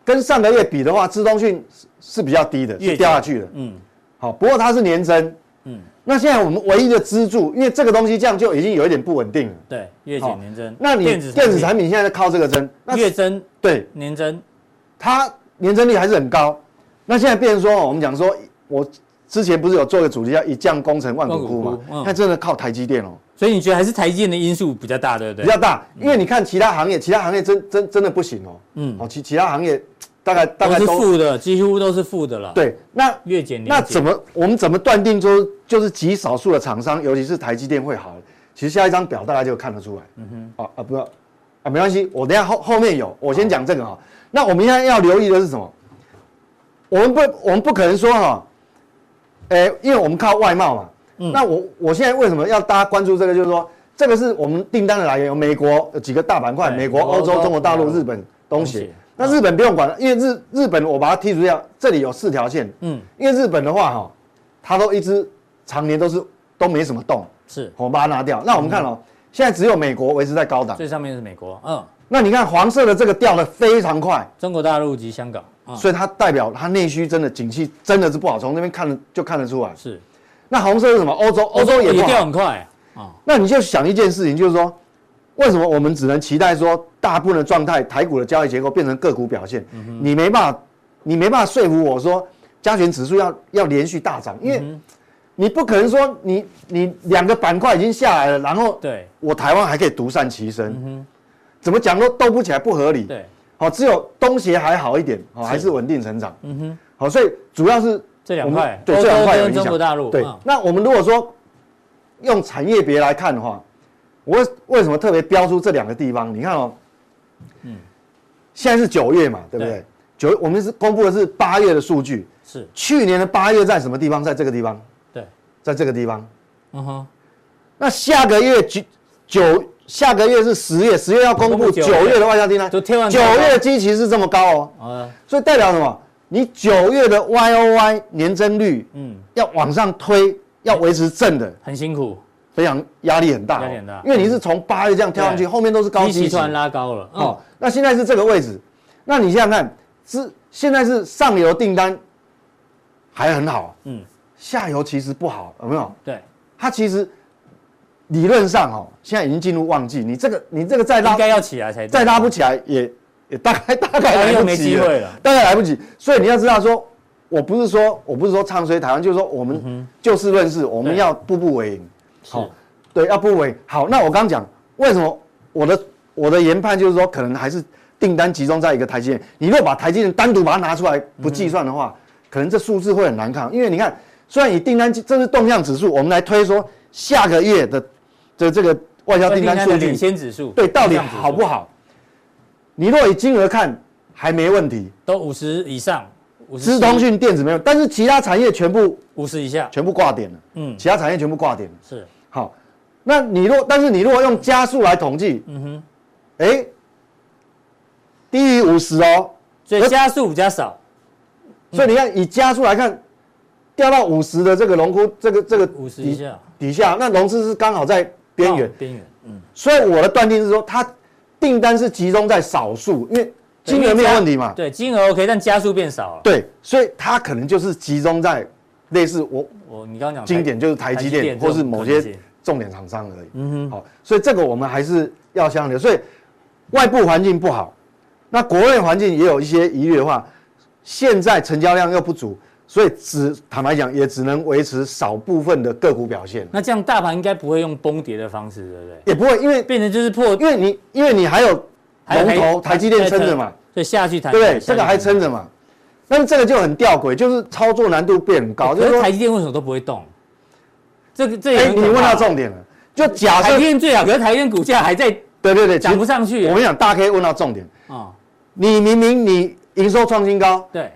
Speaker 2: 跟上个月比的话，资通讯是是比较低的，
Speaker 1: 月
Speaker 2: 是掉下去的。
Speaker 1: 嗯，
Speaker 2: 好，不过它是年增，
Speaker 1: 嗯，
Speaker 2: 那现在我们唯一的支柱，因为这个东西这样就已经有一点不稳定了。
Speaker 1: 对，月
Speaker 2: 好
Speaker 1: 减年增。
Speaker 2: 那你
Speaker 1: 电子
Speaker 2: 电子产
Speaker 1: 品
Speaker 2: 品现在在靠这个增，那
Speaker 1: 月增
Speaker 2: 对
Speaker 1: 年增，
Speaker 2: 它年增率还是很高。那现在变成说，哦我们讲说，我之前不是有做一个主题叫“一将功成万骨枯”
Speaker 1: 万
Speaker 2: 嘛
Speaker 1: 骨枯嗯？
Speaker 2: 那真的靠台积电哦，
Speaker 1: 所以你觉得还是台积电的因素比较大，对不
Speaker 2: 比
Speaker 1: 对？
Speaker 2: 较大，因为你看其他行业，其他行业真真真的不行哦。
Speaker 1: 嗯，
Speaker 2: 哦，其其他行业大概大概
Speaker 1: 都是
Speaker 2: 都
Speaker 1: 负的，几乎都是负的了。，
Speaker 2: 对。那
Speaker 1: 月减年
Speaker 2: 那
Speaker 1: 减
Speaker 2: 怎么我们怎么断定说就是极少数的厂商，尤其是台积电会好？其实下一张表大家就看得出来。嗯哼，啊啊，不要啊，没关系，我等一下后后面有，我先讲这个啊、那我们现在要留意的是什么？我们不，我们不可能说哈、诶、因为我们靠外贸嘛。那我我现在为什么要大家关注这个？就是说，这个是我们订单的来源，有美国有几个大板块，
Speaker 1: 对
Speaker 2: 美国、
Speaker 1: 美国
Speaker 2: 欧洲、
Speaker 1: 欧洲
Speaker 2: 中国大陆、
Speaker 1: 嗯
Speaker 2: 日本、东
Speaker 1: 东
Speaker 2: 协
Speaker 1: 协。
Speaker 2: 那日本不用管了，因为日日本我把它剔除掉，这里有四条线，
Speaker 1: 嗯，
Speaker 2: 因为日本的话哈、它都一直常年都是都没什么动，
Speaker 1: 是
Speaker 2: 我把它拿掉。那我们看哦，现在只有美国维持在高档。
Speaker 1: 最上面是美国，嗯，
Speaker 2: 那你看黄色的这个掉的非常快，
Speaker 1: 中国大陆及香港，嗯，
Speaker 2: 所以它代表它内需真的景气真的是不好，从那边看的就看得出来。
Speaker 1: 是
Speaker 2: 那红色是什么？欧洲，欧洲也不
Speaker 1: 掉
Speaker 2: 好。
Speaker 1: 很快啊，
Speaker 2: 那你就想一件事情，就是说，为什么我们只能期待说大部分的状态，台股的交易结构变成个股表现？你没办法，你没办法说服我说加权指数要要连续大涨，
Speaker 1: 嗯
Speaker 2: 因为你不可能说你你两个板块已经下来了，然后
Speaker 1: 对
Speaker 2: 我台湾还可以独善其身，怎么讲都斗不起来，不合理。
Speaker 1: 嗯对，
Speaker 2: 好，只有东协还好一点，好
Speaker 1: 是
Speaker 2: 还是稳定成长。
Speaker 1: 嗯哼，
Speaker 2: 好，所以主要是
Speaker 1: 这两
Speaker 2: 我们
Speaker 1: 块
Speaker 2: 对
Speaker 1: 欧
Speaker 2: 这两
Speaker 1: 洲
Speaker 2: 块有
Speaker 1: 跟
Speaker 2: 影响
Speaker 1: 中国大陆
Speaker 2: 对
Speaker 1: 嗯，
Speaker 2: 那我们如果说用产业别来看的话，我为什么特别标出这两个地方？你看哦，现在是九月嘛，对不对
Speaker 1: 嗯对？
Speaker 2: 九月我们是公布的是八月的数据，
Speaker 1: 是
Speaker 2: 去年的八月在什么地方？在这个地方，
Speaker 1: 对，
Speaker 2: 在这个地方。
Speaker 1: 嗯哼，
Speaker 2: 那下个月九九下个月是十月，十月要公
Speaker 1: 公布
Speaker 2: 布
Speaker 1: 九
Speaker 2: 九
Speaker 1: 月
Speaker 2: 月的外销订单，
Speaker 1: 就天完
Speaker 2: 九月的基期是这么高哦，
Speaker 1: 啊，
Speaker 2: 所以代表什么？你九月的 Y O Y 年增率
Speaker 1: 嗯，
Speaker 2: 要往上推，要维持正的，
Speaker 1: 很辛苦，
Speaker 2: 非常压力很大哦、
Speaker 1: 压力很大
Speaker 2: 因为你是从八月这样跳上去，
Speaker 1: 对
Speaker 2: 后面都是高
Speaker 1: 基
Speaker 2: 基
Speaker 1: 期
Speaker 2: 期
Speaker 1: 突然拉高了，
Speaker 2: 哦
Speaker 1: 哦，。
Speaker 2: 那现在是这个位置，那你想想看，是现在是上游订单还很好，
Speaker 1: 嗯，
Speaker 2: 下游其实不好，有没有？
Speaker 1: 对，
Speaker 2: 它其实理论上哦，现在已经进入旺季，你这个你这个再
Speaker 1: 应
Speaker 2: 拉
Speaker 1: 该要起来才对
Speaker 2: 再拉不起来也也大概大概
Speaker 1: 哎
Speaker 2: 来
Speaker 1: 又
Speaker 2: 不
Speaker 1: 没
Speaker 2: 及
Speaker 1: 机会了，
Speaker 2: 大概来不及。所以你要知道说，我不是说我不是说唱衰台湾，就是说我们就事论事，我们
Speaker 1: 嗯对
Speaker 2: 要步步为营。
Speaker 1: 好
Speaker 2: 好，对，要不为好。那我刚讲为什么我的我的研判就是说，可能还是订单集中在一个台积电。你如果把台积电单独把它拿出来不
Speaker 1: 嗯
Speaker 2: 计算的话，可能这数字会很难看。因为你看，虽然以订单这是动向指数，我们来推说下个月的的这个外销订单数
Speaker 1: 的
Speaker 2: 据
Speaker 1: 领，先指数，
Speaker 2: 对，到底
Speaker 1: 这样指数
Speaker 2: 好不好？你若以金额看，还没问题。
Speaker 1: 都五十以上，五
Speaker 2: 资通讯电子没有，但是其他产业全部
Speaker 1: 五十以下，
Speaker 2: 全部挂点了，
Speaker 1: 嗯，
Speaker 2: 其他产业全部挂点了。
Speaker 1: 是，
Speaker 2: 好，那你若但是你如果用加速来统计，
Speaker 1: 嗯哼，
Speaker 2: 哎、低于五十哦，
Speaker 1: 所以加速比较少，
Speaker 2: 所以你看以加速来看，掉到五十的这个龙窟，这个这个
Speaker 1: 五十
Speaker 2: 底
Speaker 1: 以下
Speaker 2: 底下，那融资是刚好在边缘
Speaker 1: 哦，边缘，嗯，
Speaker 2: 所以我的断定是说，它订单是集中在少数，因为金额没有问题嘛，
Speaker 1: 对，金额 OK，但加速变少了。
Speaker 2: 对，所以它可能就是集中在类似我
Speaker 1: 我你刚刚讲
Speaker 2: 经典就是台积电或是某
Speaker 1: 这
Speaker 2: 些
Speaker 1: 种
Speaker 2: 重点厂商而已。
Speaker 1: 嗯哼，
Speaker 2: 好，所以这个我们还是要相留。所以外部环境不好，那国内环境也有一些疑虑的话，现在成交量又不足，所以只坦白讲，也只能维持少部分的个股表现，
Speaker 1: 那这样大盘应该不会用崩跌的方式，对不对？
Speaker 2: 也不会因为
Speaker 1: 变成就是破，
Speaker 2: 因为你因为你还有
Speaker 1: 还有
Speaker 2: 龙头台积电撑着嘛，，
Speaker 1: 哎对，下去台
Speaker 2: 对不对？这个还撑着嘛。但是这个就很吊诡，就是操作难度变很高，就
Speaker 1: 可
Speaker 2: 是
Speaker 1: 是
Speaker 2: 说
Speaker 1: 台，积电为什么都不会动？这个这也
Speaker 2: 哎，
Speaker 1: 很
Speaker 2: 你
Speaker 1: 可怕
Speaker 2: 问到重点了，就假
Speaker 1: 台
Speaker 2: 设
Speaker 1: 积，电最好，可是台积电股价还在
Speaker 2: 对对对，其实
Speaker 1: 涨不上去
Speaker 2: 我们讲大家可以问到重点，
Speaker 1: 啊，
Speaker 2: 你明明你营收创新高，
Speaker 1: 对，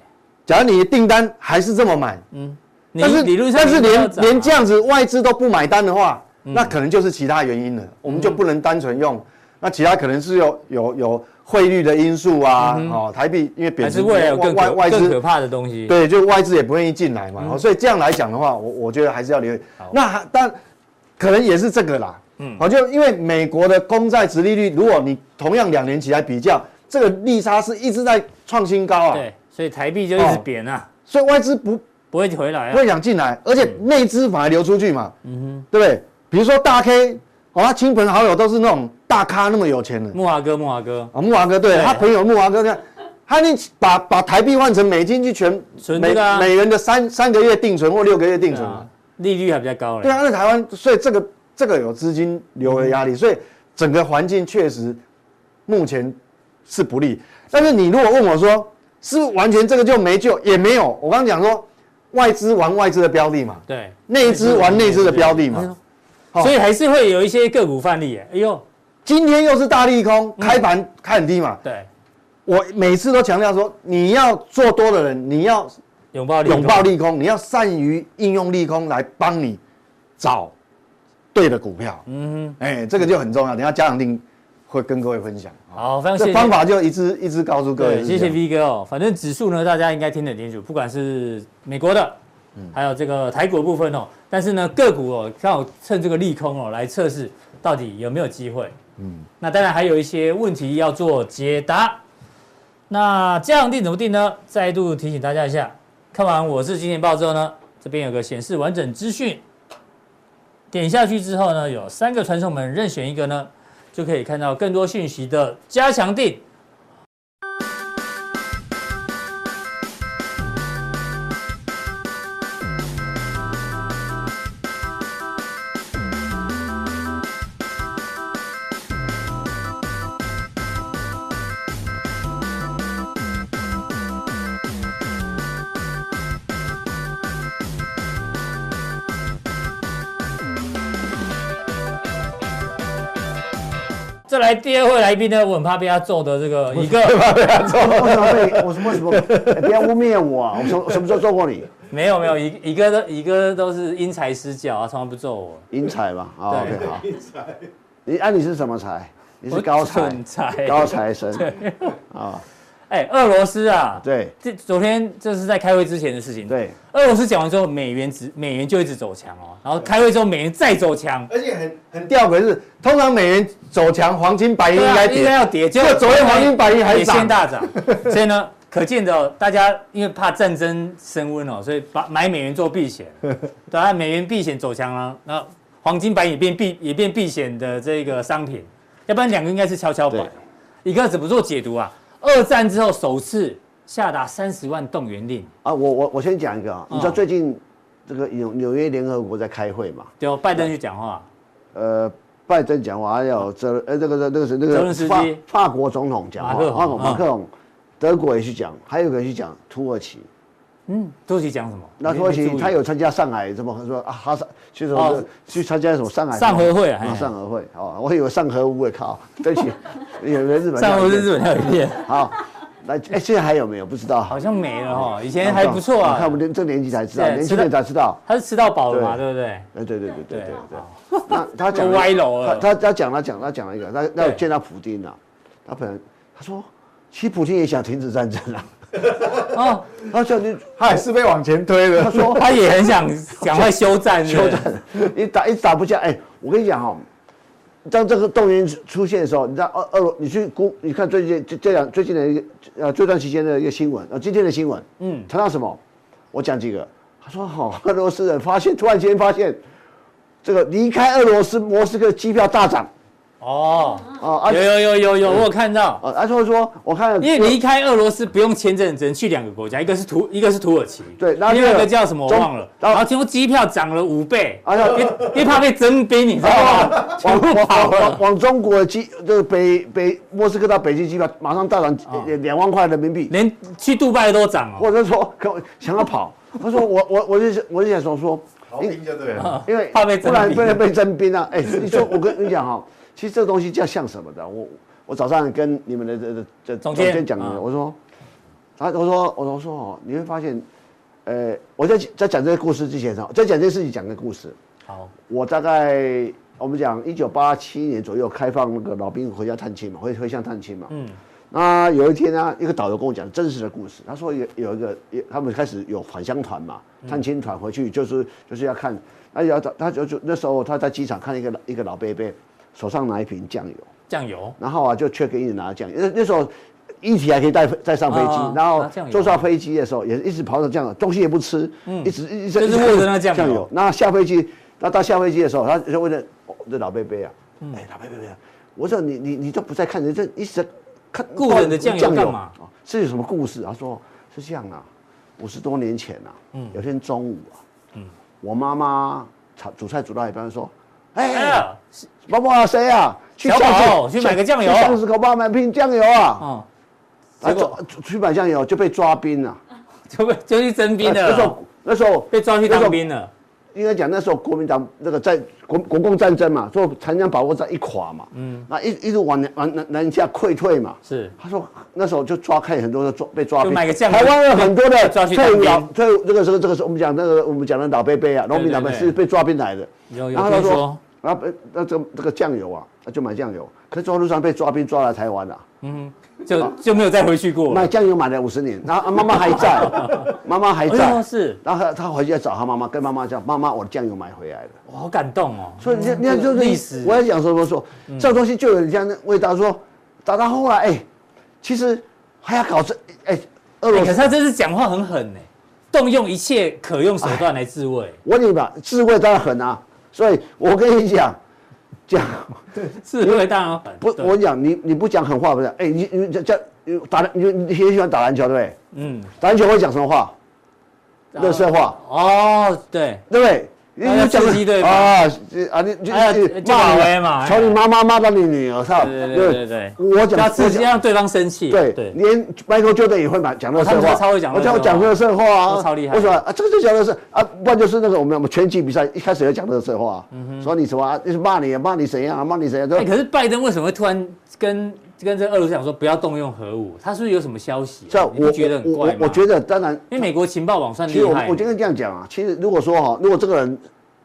Speaker 2: 假如你的订单还是这么满，
Speaker 1: 你
Speaker 2: 但是
Speaker 1: 理论上
Speaker 2: 但是
Speaker 1: 你应该要
Speaker 2: 连
Speaker 1: 涨啊嗯
Speaker 2: 连这样子外资都不买单的话，那可能就是其他原因了，我们就不能单纯用。那其他可能是有有有汇率的因素啊，哦，台币因为
Speaker 1: 嗯
Speaker 2: 贬
Speaker 1: 还
Speaker 2: 值，
Speaker 1: 是未来有更
Speaker 2: 外
Speaker 1: 可
Speaker 2: 外
Speaker 1: 更
Speaker 2: 资
Speaker 1: 可怕的东西，
Speaker 2: 对，就外资也不愿意进来嘛，哦所以这样来讲的话，我我觉得还是要留意
Speaker 1: 好。
Speaker 2: 那还但可能也是这个啦，嗯，好，就因为美国的公债殖利率，如果你同样两年期来比较，这个利差是一直在创新高啊，
Speaker 1: 对，所以台币就一直贬啊，
Speaker 2: 所以外资不
Speaker 1: 不会回来
Speaker 2: 哦不
Speaker 1: 啊。
Speaker 2: 会想进来，而且内资反而流出去嘛，对不对？比如说大 K，哦，他亲朋好友都是那种大咖，那么有钱的
Speaker 1: 木华哥，木华哥，
Speaker 2: 啊，木华哥，对
Speaker 1: 对
Speaker 2: 他朋友木华哥，看他那把把台币换成美金去全
Speaker 1: 存
Speaker 2: 美
Speaker 1: 这个啊
Speaker 2: 美元的三三个月定存或六个月定存
Speaker 1: 对
Speaker 2: 嘛
Speaker 1: 啊，利率还比较高嘞。
Speaker 2: 对啊，那台湾，所以这个这个有资金流的
Speaker 1: 嗯
Speaker 2: 压力，所以整个环境确实目前是不利。但是你如果问我说，是不是完全这个就没救，也没有。我刚刚讲说，外资玩外资的标的嘛，
Speaker 1: 对，哎
Speaker 2: 内资玩内资的标的
Speaker 1: 嗯
Speaker 2: 嘛。哦好
Speaker 1: 所以还是会有一些个股范例耶。哎呦，
Speaker 2: 今天又是大利空，
Speaker 1: 嗯
Speaker 2: 开盘开很低嘛。
Speaker 1: 对，
Speaker 2: 我每次都强调说，你要做多的人，你要
Speaker 1: 拥抱力，
Speaker 2: 拥抱，利空，你要善于应用利空来帮你找对的股票。
Speaker 1: 嗯
Speaker 2: 哎、这个就很重要。等一下家长定会跟各位分享。
Speaker 1: 哼，好，非常谢
Speaker 2: 这
Speaker 1: 谢
Speaker 2: 方法就一直一直告诉各位
Speaker 1: 对，
Speaker 2: 是
Speaker 1: 谢
Speaker 2: 这
Speaker 1: 谢
Speaker 2: 样。
Speaker 1: V 哥哦。反正指数呢，大家应该听得清楚，不管是美国的，
Speaker 2: 嗯
Speaker 1: 还有这个台股的部分哦。但是呢，个股哦，刚好趁这个利空哦，来测试到底有没有机会。嗯，那当然还有一些问题要做解答。那这样定怎么定呢？再度提醒大家一下，看完《我是金钱豹》之后呢，这边有个显示完整资讯，点下去之后呢，有三个传送门，任选一个呢，就可以看到更多讯息的加强定。再来第二位来宾呢，我很怕被他揍的这个一个
Speaker 3: 我为什么被我什么什么？ 哎不要污蔑我啊！我什我什么时候揍过你？
Speaker 1: 没有没有一一个都一个都是因材施教啊，从来不揍我。
Speaker 3: 英才吧？啊
Speaker 1: 对
Speaker 3: ，OK，好。你按你是什么才？你
Speaker 1: 我
Speaker 3: 是高
Speaker 1: 蠢
Speaker 3: 材，
Speaker 1: 材
Speaker 3: 高 材生。啊，
Speaker 1: 哎，俄罗斯啊，，
Speaker 3: 对
Speaker 1: 这昨天这是在开会之前的事情。，
Speaker 3: 对，
Speaker 1: 俄罗斯讲完之后，美元指美元就一直走强哦，然后开会之后美元再走强，
Speaker 2: 而且很很吊诡的是，通常美元走强，黄金、白银应
Speaker 1: 对啊
Speaker 2: 该
Speaker 1: 应该
Speaker 2: 跌。
Speaker 1: 要跌，结
Speaker 2: 结果昨天黄金白银还
Speaker 1: 也先
Speaker 2: 涨
Speaker 1: 大涨， 所以呢，可见的哦大家因为怕战争升温哦，所以把买美元做避 险，对啊，美元避险走强了，那黄金白银也变避也变避险的这个商品，要不然两个应该是跷跷板
Speaker 3: 对，
Speaker 1: 一个怎么做解读啊？二战之后首次下达三十万动员令，
Speaker 3: 啊，我我我先讲一个啊，你知道
Speaker 1: 嗯
Speaker 3: 最近这个纽纽约联合国在开会嘛？
Speaker 1: 对哦，拜登去讲话，
Speaker 3: 呃，拜登讲话，还有泽呃那个那个是那
Speaker 1: 泽伦
Speaker 3: 个
Speaker 1: 斯基
Speaker 3: 法法国总统讲话，
Speaker 1: 马克龙
Speaker 3: 法国马
Speaker 1: 嗯
Speaker 3: 克龙，德国也去讲，还有一个去讲土耳其。
Speaker 1: 嗯，土耳其讲什么？
Speaker 3: 那
Speaker 1: 没
Speaker 3: 土耳其
Speaker 1: 没注意
Speaker 3: 他有参加上海什么说啊哈萨去什
Speaker 1: 哦
Speaker 3: 么去参加什么上海
Speaker 1: 上合会啊
Speaker 3: 啊
Speaker 1: 嘿
Speaker 3: 上合会哦，我以为上合会靠，对不起，有人日本
Speaker 1: 上回是日
Speaker 3: 本
Speaker 1: 本料理 店，
Speaker 3: 好，那哎现在还有没有不知道？
Speaker 1: 好像没了哈、哦，以前还不错啊
Speaker 3: 你看，我们这这年纪才知道，
Speaker 1: 对
Speaker 3: 年轻人才知道。
Speaker 1: 他是吃到饱了嘛，
Speaker 3: 对
Speaker 1: 对不对？
Speaker 3: 哎，对对对
Speaker 1: 对
Speaker 3: 对
Speaker 1: 啊
Speaker 3: 对对，那他讲
Speaker 1: 都歪楼了
Speaker 3: 他他他讲他讲他讲了一个，他他有
Speaker 1: 对
Speaker 3: 见到普京了，他本来他说，其实普京也想停止战争啊，
Speaker 1: 哦，
Speaker 3: 他说你
Speaker 2: 他也是被往前推 的。
Speaker 3: 他说
Speaker 1: 他也很想赶快休战，
Speaker 3: 休
Speaker 1: 是不是
Speaker 3: 战，一打一打不下。哎、我跟你讲哦，当这个动员出现的时候，你知道俄俄罗，你去估，你看最近这这两最近的一个呃这段期间的一个新闻，呃今天的新闻，
Speaker 1: 嗯
Speaker 3: 嗯，谈到什么？我讲几个。他说哦，俄罗斯人发现突然间发现，这个离开俄罗斯莫斯科机票大涨
Speaker 1: 哦，
Speaker 3: 啊，而
Speaker 1: 有
Speaker 3: 且
Speaker 1: 有有有有，我有看到，
Speaker 3: 啊，他说说我看
Speaker 1: 因为离开俄罗斯不用签证，只能去两个国家，一个是土，一个是土耳其，
Speaker 3: 对然后
Speaker 1: 另外一
Speaker 3: 那
Speaker 1: 个
Speaker 3: 个
Speaker 1: 叫什么我
Speaker 3: 中
Speaker 1: 忘了，
Speaker 3: 然
Speaker 1: 然
Speaker 3: 后
Speaker 1: 后听说机票涨了五倍，
Speaker 3: 啊，要
Speaker 1: 因为怕被征兵，你知道吗？
Speaker 3: 往往
Speaker 1: 跑
Speaker 3: 往
Speaker 1: 了
Speaker 3: 往往中国的机，这个北北莫斯科到北京机票马上大涨两啊两万块人民币，
Speaker 1: 连去杜拜都涨哦，
Speaker 3: 或者说可想要跑，他说我我我就我就想说说，
Speaker 4: 逃兵就对了。
Speaker 3: 因为
Speaker 1: 啊怕被征
Speaker 3: 不然
Speaker 1: 兵
Speaker 3: 不然被征兵啊！哎，你说我跟你讲哈， 其实这东西叫像什么的？我我早上跟你们的这这这
Speaker 1: 总
Speaker 3: 总
Speaker 1: 监
Speaker 3: 监讲
Speaker 1: 啊
Speaker 3: 的，我说，他我说我说说哦，你会发现，呃，我在在讲这个故事之前哈，哦在讲这个事情讲个故事，
Speaker 1: 好，
Speaker 3: 我大概我们讲一九八七年左右开放那个老兵回家探亲嘛，回回乡探亲嘛，
Speaker 1: 嗯，
Speaker 3: 那啊有一天呢、一个导游跟我讲真实的故事，他说有有一个，有他们开始有返乡团嘛，探亲团回去就是就是要看，那要找他就就那时候他在机场看一个老一个老伯伯手上拿一瓶酱油，
Speaker 1: 酱油
Speaker 3: 啊然后啊就缺给你拿酱油，那那时候一体还可以带带上飞机，
Speaker 1: 啊啊
Speaker 3: 然后
Speaker 1: 那这样有嗯
Speaker 3: 坐上飞机的时候也是一直跑到酱油，东西也不吃，一直一直
Speaker 1: 就是握着那酱油
Speaker 3: 油。那下飞机，那到下飞机的时候，他就问了哦这老贝贝啊，
Speaker 1: 嗯
Speaker 3: 哎老贝贝啊，我说你你你都不在看人，这一直在看
Speaker 1: 顾着你的酱油干嘛？
Speaker 3: 哦是有什么故事？他说是这样啊，五十多年前啊，
Speaker 1: 嗯
Speaker 3: 有天中午啊，我妈妈炒煮菜煮到一半说，
Speaker 1: 哎
Speaker 3: 哎。
Speaker 1: 呀，
Speaker 3: 包括啊，谁啊？去
Speaker 1: 小
Speaker 3: 巷子
Speaker 1: 宝去买个酱油
Speaker 3: 去巷子口帮我们拼酱油啊！
Speaker 1: 哦，
Speaker 3: 啊，
Speaker 1: 结果
Speaker 3: 走去买酱油就被抓兵了。
Speaker 1: 就被就去征兵的
Speaker 3: 那时
Speaker 1: 了
Speaker 3: 候，那时候
Speaker 1: 被抓去当兵了。
Speaker 3: 应该讲那时候国民党那个在国国共战争嘛，说长江保卫战一垮嘛，嗯，那一一直往南往南南下溃退嘛。
Speaker 1: 是
Speaker 3: 他说那时候就抓看很多的抓被抓
Speaker 1: 就
Speaker 3: 兵，
Speaker 1: 买个酱油
Speaker 3: 台湾有很多的
Speaker 1: 抓去
Speaker 3: 退伍
Speaker 1: 当兵
Speaker 3: 老退伍这个这个这个是我们讲那个我们讲的老贝贝啊，农民老贝
Speaker 1: 对对
Speaker 3: 是被抓兵来的。
Speaker 1: 有有
Speaker 3: 然后他
Speaker 1: 听
Speaker 3: 说
Speaker 1: 说，
Speaker 3: 然后呃那这个这个酱油啊，那就买酱油，可是走路上被抓兵抓来台湾了、啊。
Speaker 1: 就就没有再回去过了
Speaker 3: 买。酱油买了五十年，然后啊妈妈还 在，妈妈还
Speaker 1: 哎呦
Speaker 3: 在，
Speaker 1: 是，
Speaker 3: 然后他回去找他妈妈，跟妈妈讲，妈妈，我的酱油买回来了。
Speaker 1: 我好感动哦。
Speaker 3: 所以你看你看，就是
Speaker 1: 历史嗯
Speaker 3: 我也想说说说，这种东西就有人家那味道说，打到后来，哎，其实还要搞这，哎，俄
Speaker 1: 哎
Speaker 3: 罗
Speaker 1: 可是
Speaker 3: 斯，
Speaker 1: 他这次讲话很狠呢，动用一切可用手段来自卫。
Speaker 3: 我跟你吧，智慧当然狠啊，所以我跟你讲，讲
Speaker 1: 自卫当然狠。
Speaker 3: 不，
Speaker 1: 对
Speaker 3: 我跟你讲你你不讲狠话不是？哎，你你这这你打你你也喜欢打篮球对不对？
Speaker 1: 嗯，
Speaker 3: 打篮球会讲什么话？
Speaker 1: 啊
Speaker 3: 热色话。
Speaker 1: 哦，对，
Speaker 3: 对不对？你
Speaker 1: 哎
Speaker 3: 你讲
Speaker 1: 刺激对方
Speaker 3: 啊，这啊你就
Speaker 1: 哎呀
Speaker 3: 你
Speaker 1: 就马威嘛哎
Speaker 3: 求你妈妈骂到你女儿操，
Speaker 1: 对对对对对
Speaker 3: 我
Speaker 1: 要
Speaker 3: 讲
Speaker 1: 刺激
Speaker 3: 我讲
Speaker 1: 让对方生气。
Speaker 3: 对
Speaker 1: 对，
Speaker 3: 连 Michael Jordan 也会把讲热
Speaker 1: 哦他
Speaker 3: 色
Speaker 1: 们
Speaker 3: 话，
Speaker 1: 都超会讲
Speaker 3: 我
Speaker 1: 热色
Speaker 3: 讲
Speaker 1: 话
Speaker 3: 讲热色话啊，
Speaker 1: 都超厉害
Speaker 3: 为什么啊？这个就讲热色啊，不然就是那个我们我们拳击比赛一开始就讲热色话，
Speaker 1: 嗯
Speaker 3: 说你什么啊，就是骂你啊骂你怎样啊，骂你怎样，
Speaker 1: 哎，
Speaker 3: 对吧
Speaker 1: 可是拜登为什么会突然跟跟这俄罗斯讲说不要动用核武？他是不是有什么消息啊？
Speaker 3: 这
Speaker 1: 你
Speaker 3: 我
Speaker 1: 不觉得很
Speaker 3: 我
Speaker 1: 怪
Speaker 3: 我
Speaker 1: 吗？
Speaker 3: 我觉得当然
Speaker 1: 因为美国情报网算
Speaker 3: 其实
Speaker 1: 厉
Speaker 3: 我
Speaker 1: 害，
Speaker 3: 我今天这样讲啊，其实如果说哈，如果这个人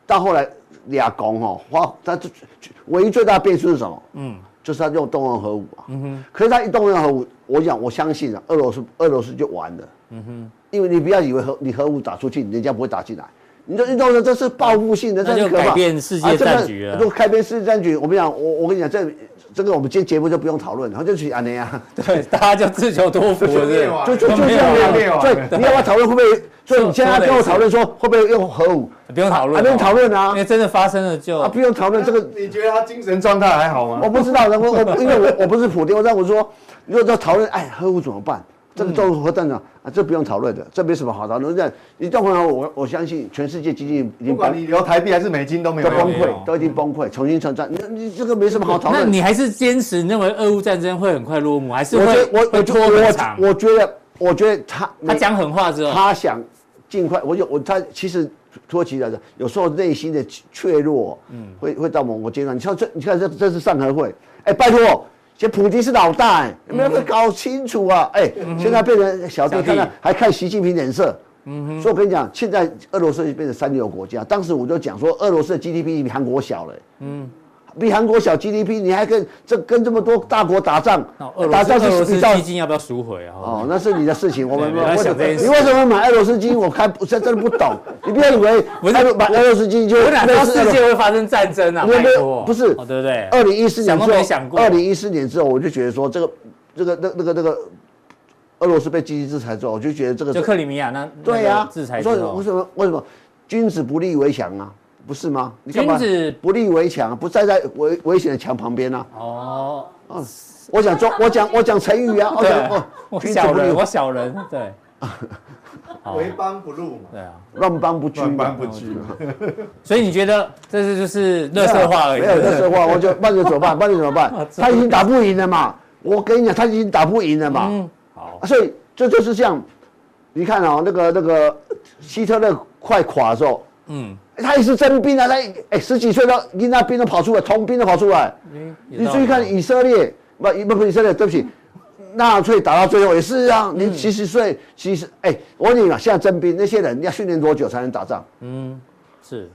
Speaker 3: 到后来俩公哈，哇，他最唯一最大的变数是什么？嗯，就是他用动用核武啊。嗯哼。可是他一动用核武，我讲我相信啊，俄罗斯俄罗斯就完了。嗯哼。因为你不要以为核你核武打出去，人家不会打进来。你这运动呢，这是报复性的，
Speaker 1: 那
Speaker 3: 这
Speaker 1: 就是
Speaker 3: 可怕。
Speaker 1: 改变世界
Speaker 3: 啊这个
Speaker 1: 战局了
Speaker 3: 如果改变世界战局，我们讲，我我跟你讲，这这个我们今天节目就不用讨论，然后就去安那样。啊
Speaker 1: 对大家就自求多福了，
Speaker 4: 就
Speaker 1: 对
Speaker 4: 灭亡
Speaker 3: 就就就这
Speaker 1: 没有
Speaker 3: 样
Speaker 1: 啊
Speaker 3: 没有，所以你要不要讨论会不会？所以你现在跟我讨论说会不会用核武？
Speaker 1: 不用讨论哦，
Speaker 3: 啊不用讨论啊
Speaker 1: 因为真的发生了就
Speaker 3: 啊，不用讨论 这个，
Speaker 4: 你觉得他精神状态还好
Speaker 3: 我
Speaker 4: 吗？
Speaker 3: 不知道，我我因为我我不是普丁，但我说如果要讨论，哎，核武怎么办？这
Speaker 1: 嗯
Speaker 3: 个动核弹呢？啊，这不用讨论的，这没什么好讨论的。你动核，我我相信全世界经济已
Speaker 4: 不
Speaker 3: 经崩
Speaker 4: 管你留台币还是美金都没有啊
Speaker 3: 都崩
Speaker 4: 用。
Speaker 1: 没有
Speaker 3: 溃，都已经崩溃，重新成战，你你这个没什么好讨
Speaker 1: 那
Speaker 3: 论。
Speaker 1: 你还是坚持认为俄乌战争会很快落幕，还是
Speaker 3: 我觉
Speaker 1: 会
Speaker 3: 得我
Speaker 1: 会
Speaker 3: 我
Speaker 1: 拖很长？
Speaker 3: 我我觉得我觉得他
Speaker 1: 他讲狠话之后，
Speaker 3: 他想尽快，我有我他其实土耳其来的有时候内心的怯弱，嗯，会会到某个阶段。你像这，你看这这是上合会，哎、拜托，这普京是老大、哎，你们要不要搞清楚啊？哎、现在变成小弟
Speaker 1: 嗯小弟
Speaker 3: 看看还看习近平脸色。嗯哼，所以我跟你讲，现在俄罗斯变成三流国家。当时我就讲说，俄罗斯的 GDP 比韩国小了、嗯，比韩国小 GDP，你还跟这跟这么多大国打仗
Speaker 1: 那，哦俄罗
Speaker 3: 打
Speaker 1: 斯
Speaker 3: 仗
Speaker 1: 俄罗
Speaker 3: 是比
Speaker 1: 斯
Speaker 3: 较
Speaker 1: 基金要不要赎回啊？
Speaker 3: 哦，那是你的事情，我们
Speaker 1: 对不要
Speaker 3: 我
Speaker 1: 想这件事
Speaker 3: 你为什么买俄罗斯基金？我看我真真的不懂，你不要以为
Speaker 1: 不是
Speaker 3: 俄罗买俄罗斯基金就
Speaker 1: 我哪知道
Speaker 3: 类似
Speaker 1: 世界会发生战争啊？
Speaker 3: 俄罗
Speaker 1: 拜
Speaker 3: 没有
Speaker 1: 托，
Speaker 3: 不是
Speaker 1: 哦对不对？
Speaker 3: 二零一四年
Speaker 1: 想
Speaker 3: 之
Speaker 1: 都
Speaker 3: 后
Speaker 1: 没想，过
Speaker 3: 二零一四年之后，我就觉得说这个这个那那个那个俄罗斯被经济制裁之后，我就觉得这个
Speaker 1: 就克里米亚那那
Speaker 3: 对呀
Speaker 1: 个制裁
Speaker 3: 我
Speaker 1: 之
Speaker 3: 说
Speaker 1: 后
Speaker 3: 为，什么为什么君子不立为强啊？不是吗？你干嘛
Speaker 1: 君子
Speaker 3: 不立为强，啊不站在危危险的墙旁 边啊！
Speaker 1: 哦，
Speaker 3: 我讲中，我讲我讲成语啊，我
Speaker 1: 对
Speaker 3: 讲，
Speaker 1: 我
Speaker 3: 君子
Speaker 1: 小
Speaker 3: 不
Speaker 1: 人，
Speaker 3: 立
Speaker 1: 我小人，对
Speaker 4: 为邦不入嘛，
Speaker 1: 对啊。
Speaker 3: 乱邦不居嘛，
Speaker 4: 万般不
Speaker 2: 啊
Speaker 4: 惧。
Speaker 1: 所以你觉得这是就是 乐色化而已？啊
Speaker 3: 没有
Speaker 1: 对不对
Speaker 3: 热色化，我就半年怎么 办？半年怎么办？他已经打不赢了嘛！我跟你讲，他已经打不赢了嘛！啊
Speaker 1: 嗯，好，
Speaker 3: 所以这就是这样。你看啊、那个那个希特勒快垮的时候，
Speaker 1: 嗯，
Speaker 3: 他也是征兵啊，他哎、十几岁都你那兵都跑出来，童兵都跑出来。你注意
Speaker 1: 啊
Speaker 3: 看以色列，不不不以色列，对不起，纳粹打到最后也是啊，
Speaker 1: 嗯
Speaker 3: 你七十岁，其实哎、我问你嘛，现在征兵那些人你要训练多久才能打仗？
Speaker 1: 是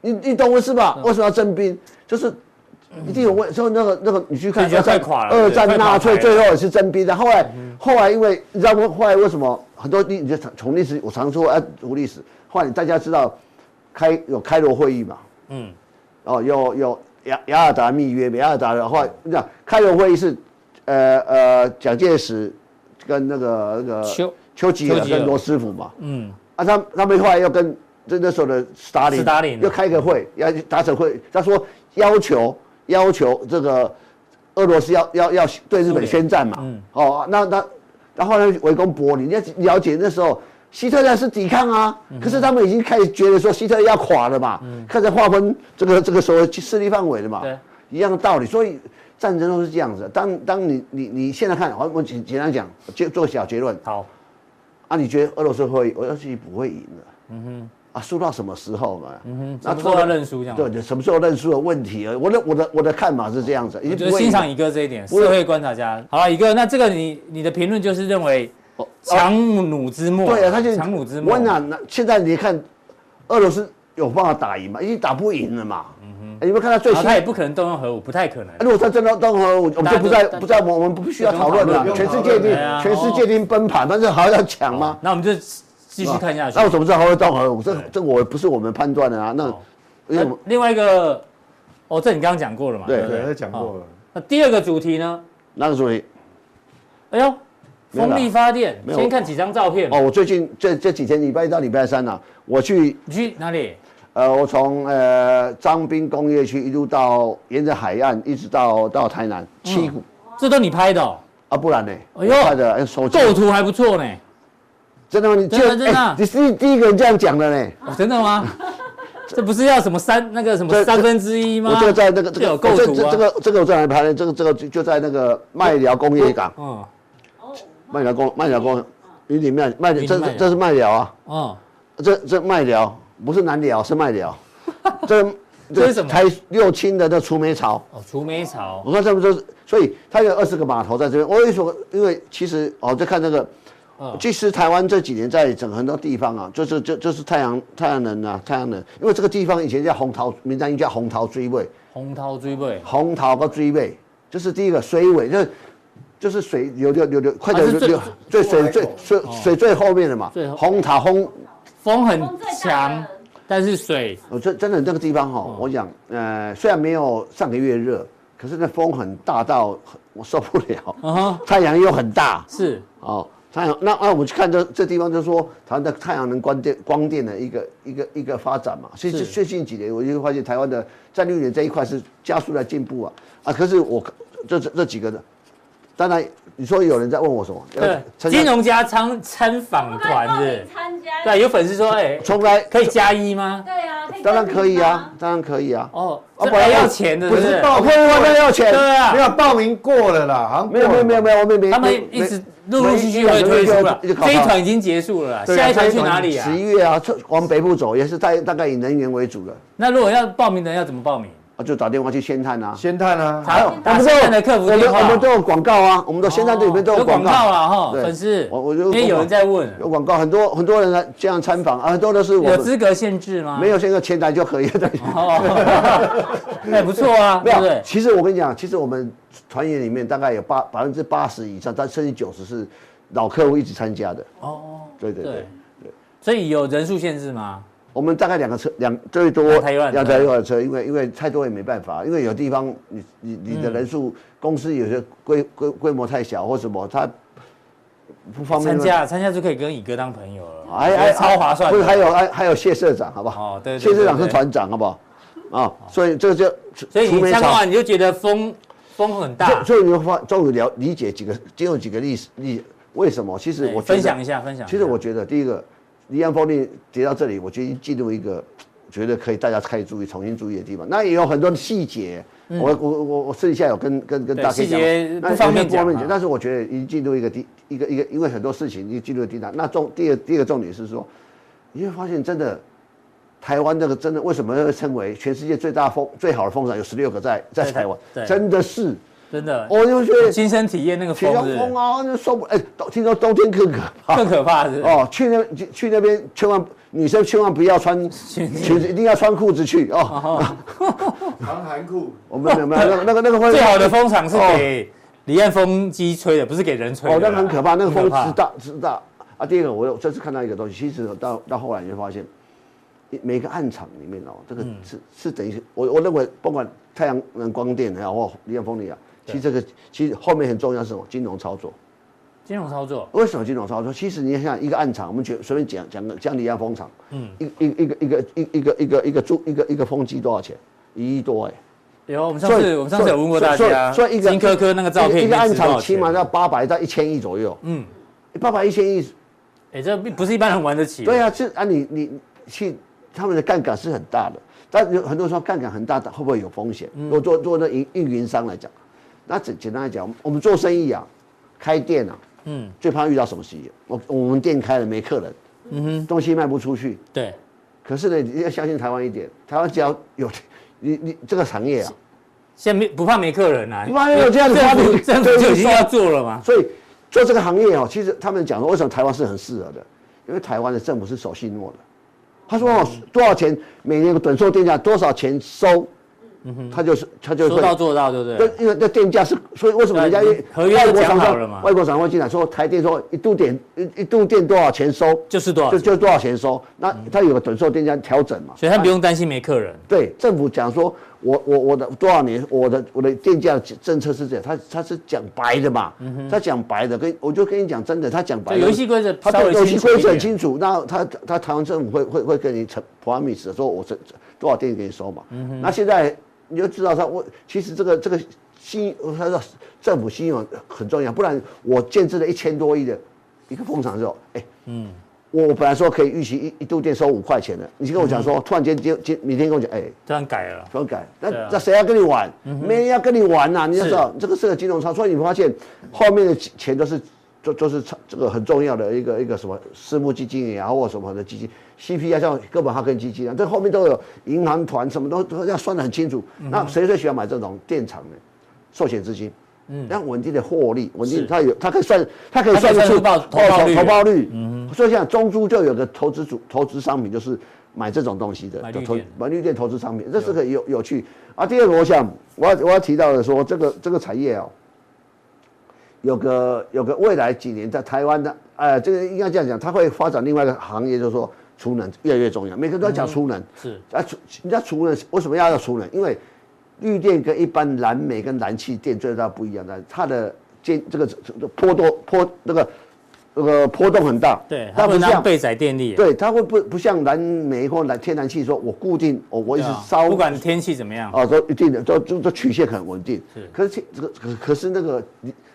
Speaker 3: 你你懂我意思
Speaker 1: 嗯
Speaker 3: 吧？为什么要征兵？就是一定有问，就那个那个，你去看
Speaker 1: 就觉得
Speaker 3: 二战
Speaker 1: 嗯快垮了
Speaker 3: 二
Speaker 1: 对快
Speaker 3: 战
Speaker 1: 垮
Speaker 3: 纳粹
Speaker 1: 台了嗯
Speaker 3: 最后也是征兵的。后来后来因为你知道吗？后来为什么很多历你就从哎历史，我常说要哎读历史。后来大家知道开有开罗会议嘛？
Speaker 1: 嗯
Speaker 3: 嗯，哦，有有雅雅尔达密约，雅尔达的话，你讲开罗会议是呃呃，蒋介石、跟那个那个
Speaker 1: 丘
Speaker 3: 丘吉尔
Speaker 1: 丘吉尔
Speaker 3: 跟罗斯福嘛，
Speaker 1: 嗯，
Speaker 3: 啊，他他们后来又跟就那时候的斯大林，
Speaker 1: 斯大林
Speaker 3: 又开个会，要达成会，他说要求要求这个俄罗斯要要要对日本宣战嘛，
Speaker 1: 嗯
Speaker 3: 哦，那那然后呢围攻柏林，你要了解那时候。希特勒是抵抗啊，
Speaker 1: 嗯
Speaker 3: 可是他们已经开始觉得说希特勒要垮了嘛，开始划分这个这个所谓势力范围了嘛，
Speaker 1: 对
Speaker 3: 一样的道理。所以战争都是这样子的。当当你你你现在看，好，我简简单讲，就做个小结论，
Speaker 1: 好，
Speaker 3: 啊，你觉得俄罗斯会，俄罗斯不会赢的？嗯哼，啊，输到什么时候嘛？嗯哼
Speaker 1: 那做到认输这样。
Speaker 3: 对，，你什么时候认输的问题啊？我的我的我的看法是这样子，已
Speaker 1: 我
Speaker 3: 经
Speaker 1: 觉
Speaker 3: 不
Speaker 1: 得
Speaker 3: 会
Speaker 1: 欣
Speaker 3: 赢
Speaker 1: 赏。乙哥这一点，
Speaker 3: 不会
Speaker 1: 社会观察家。好了，乙哥，那这个你你的评论就是认为强弩之末，
Speaker 3: 哦对啊，他就啊
Speaker 1: 强弩之
Speaker 3: 我
Speaker 1: 末。
Speaker 3: 跟你讲，那现在你看，俄罗斯有办法打赢吗？已经打不赢了嘛。嗯哼，你们看他最
Speaker 1: 然后
Speaker 3: 新
Speaker 1: 他。也不可能动用核武，不太可能。
Speaker 3: 如果他真的动核武，我们
Speaker 1: 大家
Speaker 3: 就
Speaker 1: 都
Speaker 3: 不再
Speaker 1: 大家
Speaker 3: 不再我们不需要讨论
Speaker 4: 不
Speaker 3: 了。
Speaker 4: 用
Speaker 3: 全
Speaker 4: 讨
Speaker 3: 世
Speaker 4: 论
Speaker 3: 界定
Speaker 1: 对啊
Speaker 3: 全世界定奔跑，但是还要抢吗？
Speaker 1: 那我们就继续看下去
Speaker 3: 那。我怎么知道他会动核武？这这我不是我们判断的啊。那
Speaker 1: 好
Speaker 3: 因为我
Speaker 1: 那另外一个，哦，这你刚刚讲过了嘛？
Speaker 3: 对
Speaker 1: 不
Speaker 4: 对，他讲过
Speaker 1: 哦
Speaker 4: 了，
Speaker 1: 那第二个主题呢？
Speaker 3: 那个时候也
Speaker 1: 哎呦，
Speaker 3: 没有
Speaker 1: 风
Speaker 3: 啦
Speaker 1: 力发电，
Speaker 3: 没有
Speaker 1: 先看几张照片。
Speaker 3: 哦，我最近这这几天礼拜一到礼拜三啊，我去
Speaker 1: 你去哪里？
Speaker 3: 呃，我从呃张滨工业区一路到沿着海岸，一直到到台南七股、
Speaker 1: 这都你拍的哦，
Speaker 3: 啊，不然呢？
Speaker 1: 嗯哎呦
Speaker 3: 我带着哎手机
Speaker 1: 构图还不错呢。
Speaker 3: 真的吗？你
Speaker 1: 真的
Speaker 3: 就
Speaker 1: 真的
Speaker 3: 哎你是第一个人这样讲的呢。
Speaker 1: 哦，真的吗？这不是要什么三那个什么
Speaker 3: 这
Speaker 1: 三分之一吗？
Speaker 3: 我这个在那个
Speaker 1: 这
Speaker 3: 这个
Speaker 1: 有构
Speaker 3: 这
Speaker 1: 图
Speaker 3: 这
Speaker 1: 啊
Speaker 3: 这个这个我在哪里拍的？这个这个就就在那个麦寮工业港，
Speaker 1: 嗯
Speaker 3: 麦寮工麦寮工云林麦麦
Speaker 1: 云林
Speaker 3: 这
Speaker 1: 麦寮
Speaker 3: 这是麦寮啊，
Speaker 1: 嗯，
Speaker 3: 这这麦寮不是南寮是 麦寮，这
Speaker 1: 这是什么
Speaker 3: 台六轻的那除霉草。
Speaker 1: 哦，除霉草，
Speaker 3: 我看这不就是，所以它有二十个码头在这边。我为什么？因为其实哦，就看这个，
Speaker 1: 嗯
Speaker 3: 其实台湾这几年在整个很多地方啊，就是就就是太阳太阳能啊，太阳能，因为这个地方以前叫红桃，名单叫红桃追尾，
Speaker 1: 红桃追尾，
Speaker 3: 红桃跟追尾，就是第一个水尾，就是就是水流流流流，快点
Speaker 1: 啊是
Speaker 3: 流
Speaker 1: 最
Speaker 3: 流，最水
Speaker 4: 最
Speaker 3: 最水水最后面的嘛
Speaker 1: 哦最后，
Speaker 3: 红桃红
Speaker 1: 风很
Speaker 5: 风最大
Speaker 1: 强
Speaker 5: 的，
Speaker 1: 但是水
Speaker 3: 我哦这真的那个地方哈、哦
Speaker 1: 哦
Speaker 3: 我讲，呃，虽然没有上个月热，可是那风很大到我受不了，
Speaker 1: 嗯哼
Speaker 3: 太阳又很大
Speaker 1: 是
Speaker 3: 哦。太阳那那我们去看这这地方，就是说台湾的太阳能光电光电的一个一个一个发展嘛。所以
Speaker 1: 是
Speaker 3: 最最近几年，我就会发现台湾的在绿能这一块是加速在进步啊啊！可是我这这这几个的，当然你说有人在问我什么？
Speaker 1: 对
Speaker 3: 参加
Speaker 1: 金融家参参访团是，
Speaker 5: 参加，
Speaker 1: 对，有粉丝说， 哎，
Speaker 3: 从来
Speaker 1: 可以加一吗？
Speaker 5: 对啊，可以
Speaker 3: 当然可以
Speaker 5: 报名
Speaker 3: 啊
Speaker 5: 吗，，
Speaker 3: 当然可以啊。
Speaker 1: 哦，
Speaker 3: 啊
Speaker 1: 这
Speaker 3: 本来
Speaker 1: 还要
Speaker 3: 我
Speaker 1: 钱的，
Speaker 3: 不
Speaker 1: 是
Speaker 3: 是
Speaker 1: 不是？
Speaker 3: 报名我们要钱，
Speaker 1: 对啊
Speaker 4: 没，有报名过了啦，好像
Speaker 3: 没有没有没有没
Speaker 4: 有，
Speaker 3: 有，我们没
Speaker 1: 他们
Speaker 3: 没
Speaker 1: 一直陆陆续续会推出了，
Speaker 3: 没没
Speaker 1: 这一团已经结束了啦，
Speaker 4: 对啊
Speaker 1: 下一团去哪里啊
Speaker 3: 十？一月啊，这往北部走也是大大概以能源为主的，
Speaker 1: 那如果要报名的人要怎么报名？
Speaker 3: 啊，就打电话去先探啊。
Speaker 4: 先探啊，
Speaker 1: 还有
Speaker 5: 我们
Speaker 1: 打
Speaker 3: 都
Speaker 1: 现在的客服
Speaker 3: 我们
Speaker 1: 电话，哦
Speaker 3: 我们都有广告啊，我们的先探这里面都
Speaker 1: 有
Speaker 3: 有
Speaker 1: 广
Speaker 3: 广
Speaker 1: 告啊
Speaker 3: 告。
Speaker 1: 了哈，
Speaker 3: 对
Speaker 1: 粉丝，
Speaker 3: 我我就
Speaker 1: 因为有人在问，
Speaker 3: 有广告，很多很多人来这样参访啊，很多都是我
Speaker 1: 有
Speaker 3: 们
Speaker 1: 资格限制吗？
Speaker 3: 没有先个前台就可以了。
Speaker 1: 哦， 那也不错啊，
Speaker 3: 没
Speaker 1: 对不
Speaker 3: 有
Speaker 1: 对，？
Speaker 3: 其实我跟你讲，其实我们团员里面大概有八百分之八十以上，但甚至九十是老客户一直参加的。
Speaker 1: 哦，
Speaker 3: 对对对
Speaker 1: 对。，所以有人数限制吗？
Speaker 3: 我们大概两个车，两最多
Speaker 1: 两台游览车
Speaker 3: 两台游览车，因为因为太多也没办法，因为有地方你你你
Speaker 1: 嗯
Speaker 3: 的人数，公司有些规规规模太小或什么，他不方便
Speaker 1: 参。加参加就可以跟乙哥当朋友了，
Speaker 3: 哎
Speaker 1: 哎哎，超划算的。
Speaker 3: 不是还有哎还还有谢社长，好不好？
Speaker 1: 哦对对
Speaker 3: 谢社长
Speaker 1: 对
Speaker 3: 是
Speaker 1: 对
Speaker 3: 团长，好不好？啊，所以这个就
Speaker 1: 所以
Speaker 3: 除
Speaker 1: 你啊
Speaker 3: 非
Speaker 1: 相
Speaker 3: 吵
Speaker 1: 关你就觉得风风很大
Speaker 3: 所，以所以你会发终于了理解几个，仅有几个历史历为什么？其实
Speaker 1: 哎
Speaker 3: 我觉
Speaker 1: 分
Speaker 3: 得
Speaker 1: 享一下，分享一下。
Speaker 3: 其实我觉得第一个，离岸风力跌到这里，我觉得进入一个觉得可以大家开始注意、重新注意的地方。那也有很多的细节，我我我我私底下有跟跟
Speaker 1: 嗯
Speaker 3: 跟
Speaker 1: 对
Speaker 3: 大家
Speaker 1: 细节
Speaker 3: 讲，
Speaker 1: 不
Speaker 3: 那
Speaker 1: 方
Speaker 3: 有些
Speaker 1: 便讲
Speaker 3: 不方
Speaker 1: 啊
Speaker 3: 便但是我觉得已经进入一个低一个一个，因为很多事情已经进入了低档。那重第二第一个重点是说，你会发现真的。台湾这个真的为什么会称为全世界最大风最好的风场？有十六个在在
Speaker 1: 对
Speaker 3: 台湾
Speaker 1: 对，
Speaker 3: 真的是，
Speaker 1: 真的，
Speaker 3: 我就觉得
Speaker 1: 亲身体验那个
Speaker 3: 雪
Speaker 1: 风
Speaker 3: 中
Speaker 1: 是
Speaker 3: 风啊，那受不哎，冬听说冬天更可怕，
Speaker 1: 更可怕是。哦，
Speaker 3: 哦，去那去去那边千万女生千万不 要穿裙子，一定要穿裤子去哦。
Speaker 4: 长寒裤，
Speaker 3: 我们没有没有那个那个那个会
Speaker 1: 最好的风场是给离岸风机吹的，不是给人吹的
Speaker 3: 哦
Speaker 1: 啦。，
Speaker 3: 那个很可怕，那个
Speaker 1: 很
Speaker 3: 风
Speaker 1: 可怕
Speaker 3: 直大直大啊。第二个，我有这次看到一个东西，其实到到后来你会发现，每个暗场里面哦，这
Speaker 1: 嗯
Speaker 3: 个是是等于我我认为不管太阳能光电也好或离岸风力啊，其实这个其实后面很重要是什么？金融操作。
Speaker 1: 金融操作，
Speaker 3: 为什么金融操作？其实你想一个暗场，我们举随便讲讲个讲离岸风场，嗯，一一一个一个一一个一个一个租一个一个风机多少钱？一亿多哎、
Speaker 1: 有我们上
Speaker 3: 所以
Speaker 1: 次我们上次有问过大
Speaker 3: 所以
Speaker 1: 家，
Speaker 3: 所以所以一个
Speaker 1: 金科科那个照片
Speaker 3: 一个
Speaker 1: 里面
Speaker 3: 暗
Speaker 1: 值多少
Speaker 3: 场起码
Speaker 1: 钱
Speaker 3: 要八百到一千亿左右，
Speaker 1: 嗯，
Speaker 3: 八百一千亿，
Speaker 1: 哎，这并不是一般人玩得起，
Speaker 3: 对，啊，是啊，你你去他们的杠杆是很大的，但有很多人说杠杆很大的会不会有风险？
Speaker 1: 嗯
Speaker 3: 如果做做那运运营商来讲，那简简单来讲，我们做生意啊，开店啊，
Speaker 1: 嗯
Speaker 3: 最怕遇到什么事情？我我们店开了没客人，
Speaker 1: 嗯哼，
Speaker 3: 东西卖不出去，
Speaker 1: 对，
Speaker 3: 可是呢，你要相信台湾一点，台湾只要有你你这个行业啊，
Speaker 1: 现在没不怕没客人啊，
Speaker 3: 不怕没有这样子
Speaker 1: 政
Speaker 3: 花
Speaker 1: 府
Speaker 3: 你
Speaker 1: 政府就已经要做了嘛，
Speaker 3: 所以做这个行业哦，其实他们讲说，为什么台湾是很适合的？因为台湾的政府是守信用的。他说哦，多少钱每年趸售店价多少钱收，他就是他就
Speaker 1: 嗯说
Speaker 3: 会
Speaker 1: 到。做到，对不
Speaker 3: 那
Speaker 1: 对？
Speaker 3: 因为那店价是，所以为什么人家
Speaker 1: 对合约
Speaker 3: 外
Speaker 1: 都
Speaker 3: 国
Speaker 1: 讲
Speaker 3: 厂
Speaker 1: 好了嘛
Speaker 3: 商外国厂商会进来说台电说一度电一一度电多少钱收，
Speaker 1: 就是多少
Speaker 3: 就
Speaker 1: 钱，
Speaker 3: 就多少钱收，那他有个趸售店价调整嘛，
Speaker 1: 嗯所以他不用担心没客人，
Speaker 3: 对，政府讲说，我我我的多少年，我的我的电价政策是这样，他他是讲白的嘛，他讲白的，跟我就跟你讲真的，他讲白
Speaker 1: 就嗯
Speaker 3: 的，
Speaker 1: 游戏规则
Speaker 3: 他
Speaker 1: 稍
Speaker 3: 对
Speaker 1: 微
Speaker 3: 游戏
Speaker 1: 清楚
Speaker 3: 规则
Speaker 1: 一
Speaker 3: 很
Speaker 1: 点，
Speaker 3: 清楚，那他他他台湾政府会会会跟你承 promise 的说，我这这多少电给你收嘛，
Speaker 1: 嗯
Speaker 3: 那现在你就知道他我其实这个这个信，他说政府信用很重要，不然我建制了一千多亿的一个工厂之后，哎、
Speaker 1: 嗯
Speaker 3: 我我本来说可以预期一一度电收五块钱的，你就跟我
Speaker 1: 嗯
Speaker 3: 讲说，突然间今今明天跟我讲，哎、
Speaker 1: 这样改了，
Speaker 3: 不要改，那
Speaker 1: 对啊嗯
Speaker 3: 那谁要跟你玩？没人要跟你玩呐、你要
Speaker 1: 是
Speaker 3: 知道，这个是个金融操作，所以你发现后面的钱都是就就是这个很重要的一个一个什么私募基金也好，或什么的基金，CP 啊，像哥本哈根基金啊，这后面都有银行团什么都都要算得很清楚。
Speaker 1: 嗯
Speaker 3: 那谁最喜欢买这种电厂的寿险资金？嗯，那稳定的获利，稳
Speaker 1: 是
Speaker 3: 定它有，它可以算，它可以
Speaker 1: 它可以
Speaker 3: 算得
Speaker 1: 算
Speaker 3: 出
Speaker 1: 出报投报率
Speaker 3: 投报率。
Speaker 1: 嗯
Speaker 3: 所以像中珠就有个投资组投资商品，就是买这种东西的
Speaker 1: 买，绿
Speaker 3: 就投
Speaker 1: 电
Speaker 3: 买绿电投资商品，这是个有有趣啊。第二个，我想我要我要提到的说，这个这个产业哦，有个有个未来几年在台湾的，呃，这个应该这样讲，它会发展另外一个行业，就是说储能越来越重要，每个人都在
Speaker 1: 嗯
Speaker 3: 讲储能。
Speaker 1: 是
Speaker 3: 啊，储人家储能为什么要要储能？因为绿电跟一般燃煤跟燃气电最大不一样的，它的间这个这个波动波那个那个波动很大，
Speaker 1: 对，他
Speaker 3: 它不
Speaker 1: 们当
Speaker 3: 像
Speaker 1: 备载电力，
Speaker 3: 对，它会不不像燃煤或燃天然气，说我固定我我一
Speaker 1: 对
Speaker 3: 直
Speaker 1: 啊，
Speaker 3: 烧，
Speaker 1: 不管天气怎么样，
Speaker 3: 啊，都一定的，都都都曲线很稳定
Speaker 1: 是。
Speaker 3: 可是这这个可可是那个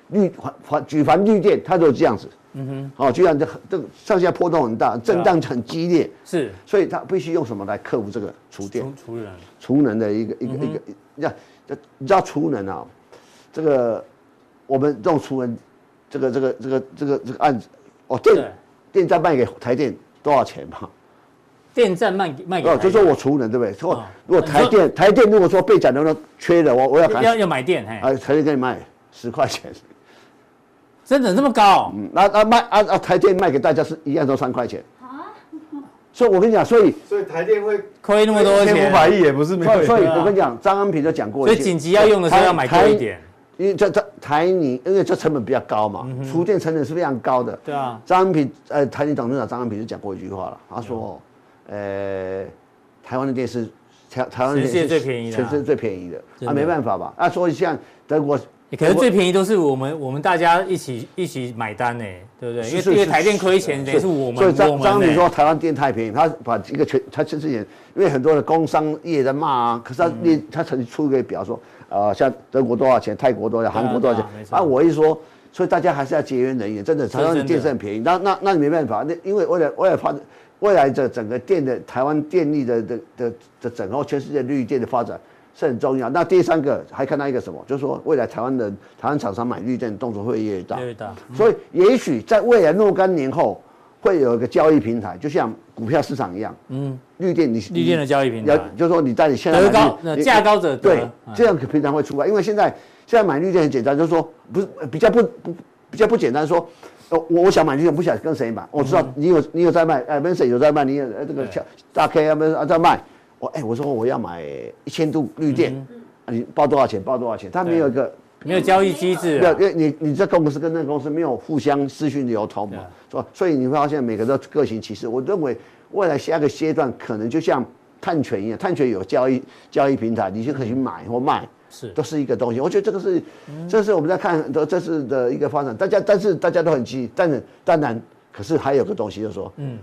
Speaker 3: 绿环环举凡绿电，它都是这样子。嗯哼，哦，居然这这个上下波动很大，震荡
Speaker 1: 啊
Speaker 3: 很激烈，
Speaker 1: 是
Speaker 3: 所以它必须用什么来克服这个厨电？
Speaker 1: 除除人，
Speaker 3: 储能的一个一
Speaker 1: 嗯
Speaker 3: 个一个，你知道，你知道储能啊，这个我们这种储能，这个这个这个这个这个案子，哦，
Speaker 1: 对
Speaker 3: 电电站卖给台电多少钱嘛？
Speaker 1: 电站卖给卖给台
Speaker 3: 哦，
Speaker 1: 湾，
Speaker 3: 就说我储能对不对？如果
Speaker 1: 啊
Speaker 3: 如果台电台电如果说被讲的缺了，我我要砍，
Speaker 1: 要要买电，嘿，
Speaker 3: 啊，台电给你卖十块钱，
Speaker 1: 真的这么高？
Speaker 3: 嗯那那卖啊啊台电卖给大家是一样都三块钱啊，所以我跟你讲，所以
Speaker 4: 所以台电会
Speaker 1: 亏那么多
Speaker 2: 千
Speaker 1: 钱
Speaker 2: 五，百亿也不是没
Speaker 3: 所
Speaker 2: 有
Speaker 3: 以，所以
Speaker 1: 对啊
Speaker 3: 我跟你讲，张安平就讲过一
Speaker 1: 所
Speaker 3: 句，
Speaker 1: 以紧急要用的时候要买
Speaker 3: 台
Speaker 1: 贵一点，
Speaker 3: 因为这这台泥，因为这成本比较高嘛，
Speaker 1: 嗯
Speaker 3: 厨电成本是非常高的。
Speaker 1: 对啊，
Speaker 3: 张安平，呃，台泥董事长张安平就讲过一句话了，他说，呃，台湾的电视，台台湾的
Speaker 1: 嗯全
Speaker 3: 电视
Speaker 1: 世界最便宜的啊
Speaker 3: 全世界最便宜
Speaker 1: 真
Speaker 3: 的，
Speaker 1: 的
Speaker 3: 啊，没办法吧？啊，所以像德国，
Speaker 1: 可是最便宜都是我们我们大家一起一起买单呢，对不对？因为
Speaker 3: 是
Speaker 1: 因为
Speaker 3: 是
Speaker 1: 台电亏钱，等于是我
Speaker 3: 所
Speaker 1: 们
Speaker 3: 以
Speaker 1: 我
Speaker 3: 张张
Speaker 1: 们
Speaker 3: 明说
Speaker 1: 呢。
Speaker 3: 台湾电太便宜，他把一个全他全世界，因为很多的工商业在骂啊，可是他
Speaker 1: 嗯
Speaker 3: 列、他曾经出一个表说，呃，像德国多少钱，泰国多少钱，
Speaker 1: 对啊
Speaker 3: 韩国多少钱
Speaker 1: 对啊没，错
Speaker 3: 啊，我一说。所以大家还是要节约能源，真的，台湾
Speaker 1: 真
Speaker 3: 的
Speaker 1: 的
Speaker 3: 电是很便宜。那那那你没办法，那因为未来未来发展，未来的整个电的台湾电力的的的的整个全世界绿电的发展是很重要。那第三个还看到一个什么，就是说未来台湾人台湾厂商买绿电的动作会越来越大。
Speaker 1: 越来越大
Speaker 3: 所以也许在未来若干年后，会有一个交易平台，就像股票市场一样。嗯，绿电你
Speaker 1: 绿电的交易平台
Speaker 3: 要就是说你在你现在
Speaker 1: 德
Speaker 3: 买绿
Speaker 1: 高呃
Speaker 3: 你
Speaker 1: 价高者得
Speaker 3: 对
Speaker 1: 嗯，
Speaker 3: 这样可平台会出来，因为现在现在买绿电很简单，就是说不是呃比较不不比较不简单说。呃我我想买绿电，不想跟谁买。我知道你有你有在卖，哎，跟谁有在卖？你有呃这个
Speaker 1: 嗯对
Speaker 3: 小大 K 啊，不是啊在卖。我哎，我说我要买一千度绿电，
Speaker 1: 嗯
Speaker 3: 啊你报多少钱？报多少钱？他没有一个
Speaker 1: 没有交易机制
Speaker 3: 没
Speaker 1: 啊
Speaker 3: 有，，因为你你这公司跟那个公司没有互相资讯流通嘛
Speaker 1: 对啊，
Speaker 3: 是吧？所以你会发现每个都各行其事。我认为未来下个阶段可能就像碳权一样，碳权有交易交易平台，你就可以买或卖，
Speaker 1: 是
Speaker 3: 都是一个东西。我觉得这个是，
Speaker 1: 嗯
Speaker 3: 这是我们在看很多这次的一个发展，大家但是大家都很急，但是当然，可是还有个东西就是说，嗯，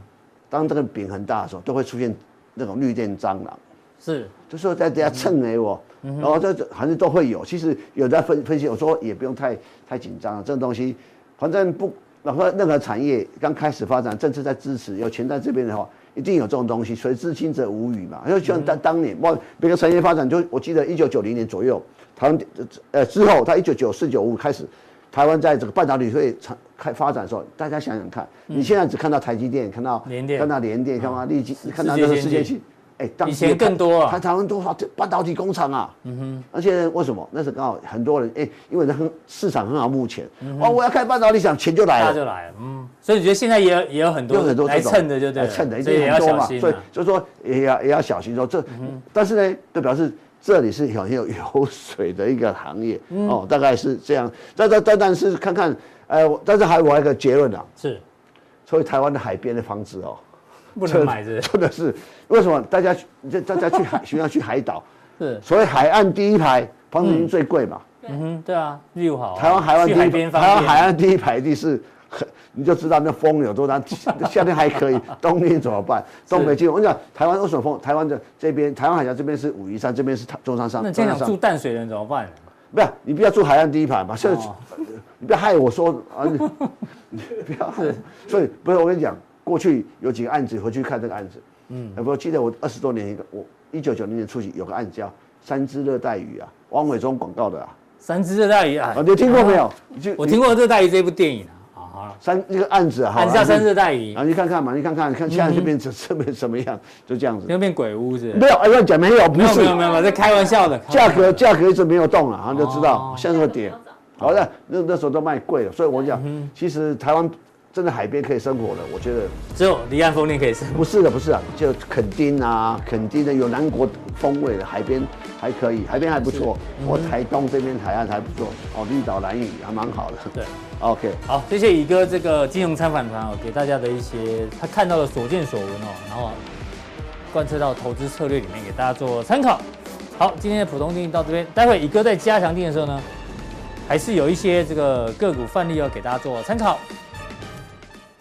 Speaker 3: 当这个饼很大的时候，都会出现那种绿电蟑螂。
Speaker 1: 是
Speaker 3: 就是在底下蹭哎我，
Speaker 1: 嗯
Speaker 3: 然后这还是都会有。其实有在分分析，我说也不用太太紧张了，啊这种东西反正不，哪怕任何产业刚开始发展，政策在支持，有钱在这边的话，一定有这种东西。水至清则无鱼嘛，就
Speaker 1: 嗯
Speaker 3: 像当当年哇，每个产业发展就我记得一九九零年左右，台湾呃之后，它一九九四九五开始。台湾在这个半导体会产开发展的时候，大家想想看，你现在只看到台积电，看到
Speaker 1: 嗯联电嗯
Speaker 3: 看到联电，看到立积，看到
Speaker 1: 世界
Speaker 3: 那个
Speaker 1: 先
Speaker 3: 世界
Speaker 1: 进
Speaker 3: 系，哎，当
Speaker 1: 以
Speaker 3: 时
Speaker 1: 前更多啊
Speaker 3: 台台湾多少半导体工厂啊？嗯哼，而且为什么？那是刚好很多人哎、因为很市场很好目前，
Speaker 1: 嗯
Speaker 3: 哦，我要开半导体厂，钱就来
Speaker 1: 大家
Speaker 3: 了。
Speaker 1: 就来了，嗯，所以你觉得现在也有也有很
Speaker 3: 哎有
Speaker 1: 多
Speaker 3: 很多
Speaker 1: 来
Speaker 3: 这种
Speaker 1: 蹭的，就对
Speaker 3: 来
Speaker 1: 了，
Speaker 3: 蹭的，一
Speaker 1: 所以
Speaker 3: 定
Speaker 1: 也要
Speaker 3: 很多
Speaker 1: 小
Speaker 3: 嘛。
Speaker 1: 心
Speaker 3: 所以
Speaker 1: 啊。嗯
Speaker 3: 就说也要也要小心说这，但是呢，就表示这里是很有有水的一个行业
Speaker 1: 嗯
Speaker 3: 哦，大概是这样。但但但但是看看，呃，我但是还有我还有一个结论啊，
Speaker 1: 是
Speaker 3: 所以台湾的海边的房子哦，
Speaker 1: 不能买是
Speaker 3: 真的是为什么大家去这大家去海， 需要去海岛，
Speaker 1: 不是，是
Speaker 3: 所以海岸第一排房子已经最贵嘛。
Speaker 1: 嗯哼，对啊，又好啊，
Speaker 3: 台湾海岸
Speaker 1: 去
Speaker 3: 第
Speaker 1: 海
Speaker 3: 一
Speaker 1: 边
Speaker 3: 排，
Speaker 1: 方
Speaker 3: 台湾
Speaker 1: 便，啊
Speaker 3: 海岸第一排地是很，你就知道那风有多大。 夏天还 可以，冬天怎么办？东北季，我跟你讲台湾为什么风？台湾的这边，台湾海峡这边是武夷山，这边是中山山。
Speaker 1: 那这
Speaker 3: 中
Speaker 1: 样想
Speaker 3: 山山
Speaker 1: 住哦淡水的人怎么办？
Speaker 3: 不要，你不要住海岸第一排嘛，所以、你不要害我说啊， 你你不要害我。所以不是我跟你讲，过去有几个案子，回去看这个案子，嗯，我记得我二十多年一个，我一九九零年初期有个案子叫三只热带鱼啊，汪伟忠广告的啊，
Speaker 1: 三只热带鱼啊
Speaker 3: 啊，你有听过没有？你就
Speaker 1: 我听过《热带鱼》这部电影啊，啊好了，
Speaker 3: 三那个案子啊，好
Speaker 1: 按下
Speaker 3: 然后
Speaker 1: 三嗯热带鱼
Speaker 3: 然，后你看看嘛，你看看，看现在这边这这边什么样，就这样子。
Speaker 1: 那变鬼屋是不是？
Speaker 3: 没有，哎，乱讲没有，不
Speaker 1: 没有
Speaker 3: 是
Speaker 1: 没有没有，没有这开玩笑的，
Speaker 3: 价格价格一直没有动啊，然后就知道
Speaker 1: 哦嗯
Speaker 3: 现在会跌。好的，那那时候都卖贵了，所以我讲，其实台湾真的海边可以生活的，我觉得
Speaker 1: 只有离岸风力可以生。
Speaker 3: 不是的，不是啊，就垦丁啊，垦丁的有南国风味的海边还可以，海边还不错。
Speaker 1: 嗯
Speaker 3: 我台东这边海岸还不错，哦，绿岛、蓝屿还蛮好的。
Speaker 1: 对
Speaker 3: ，OK。
Speaker 1: 好，谢谢乙哥这个金融参访团哦，给大家的一些他看到的所见所闻哦，然后贯彻到投资策略里面给大家做参考。好，今天的普通定义到这边，待会乙哥在加强定的时候呢，还是有一些这个个股范例要给大家做参考。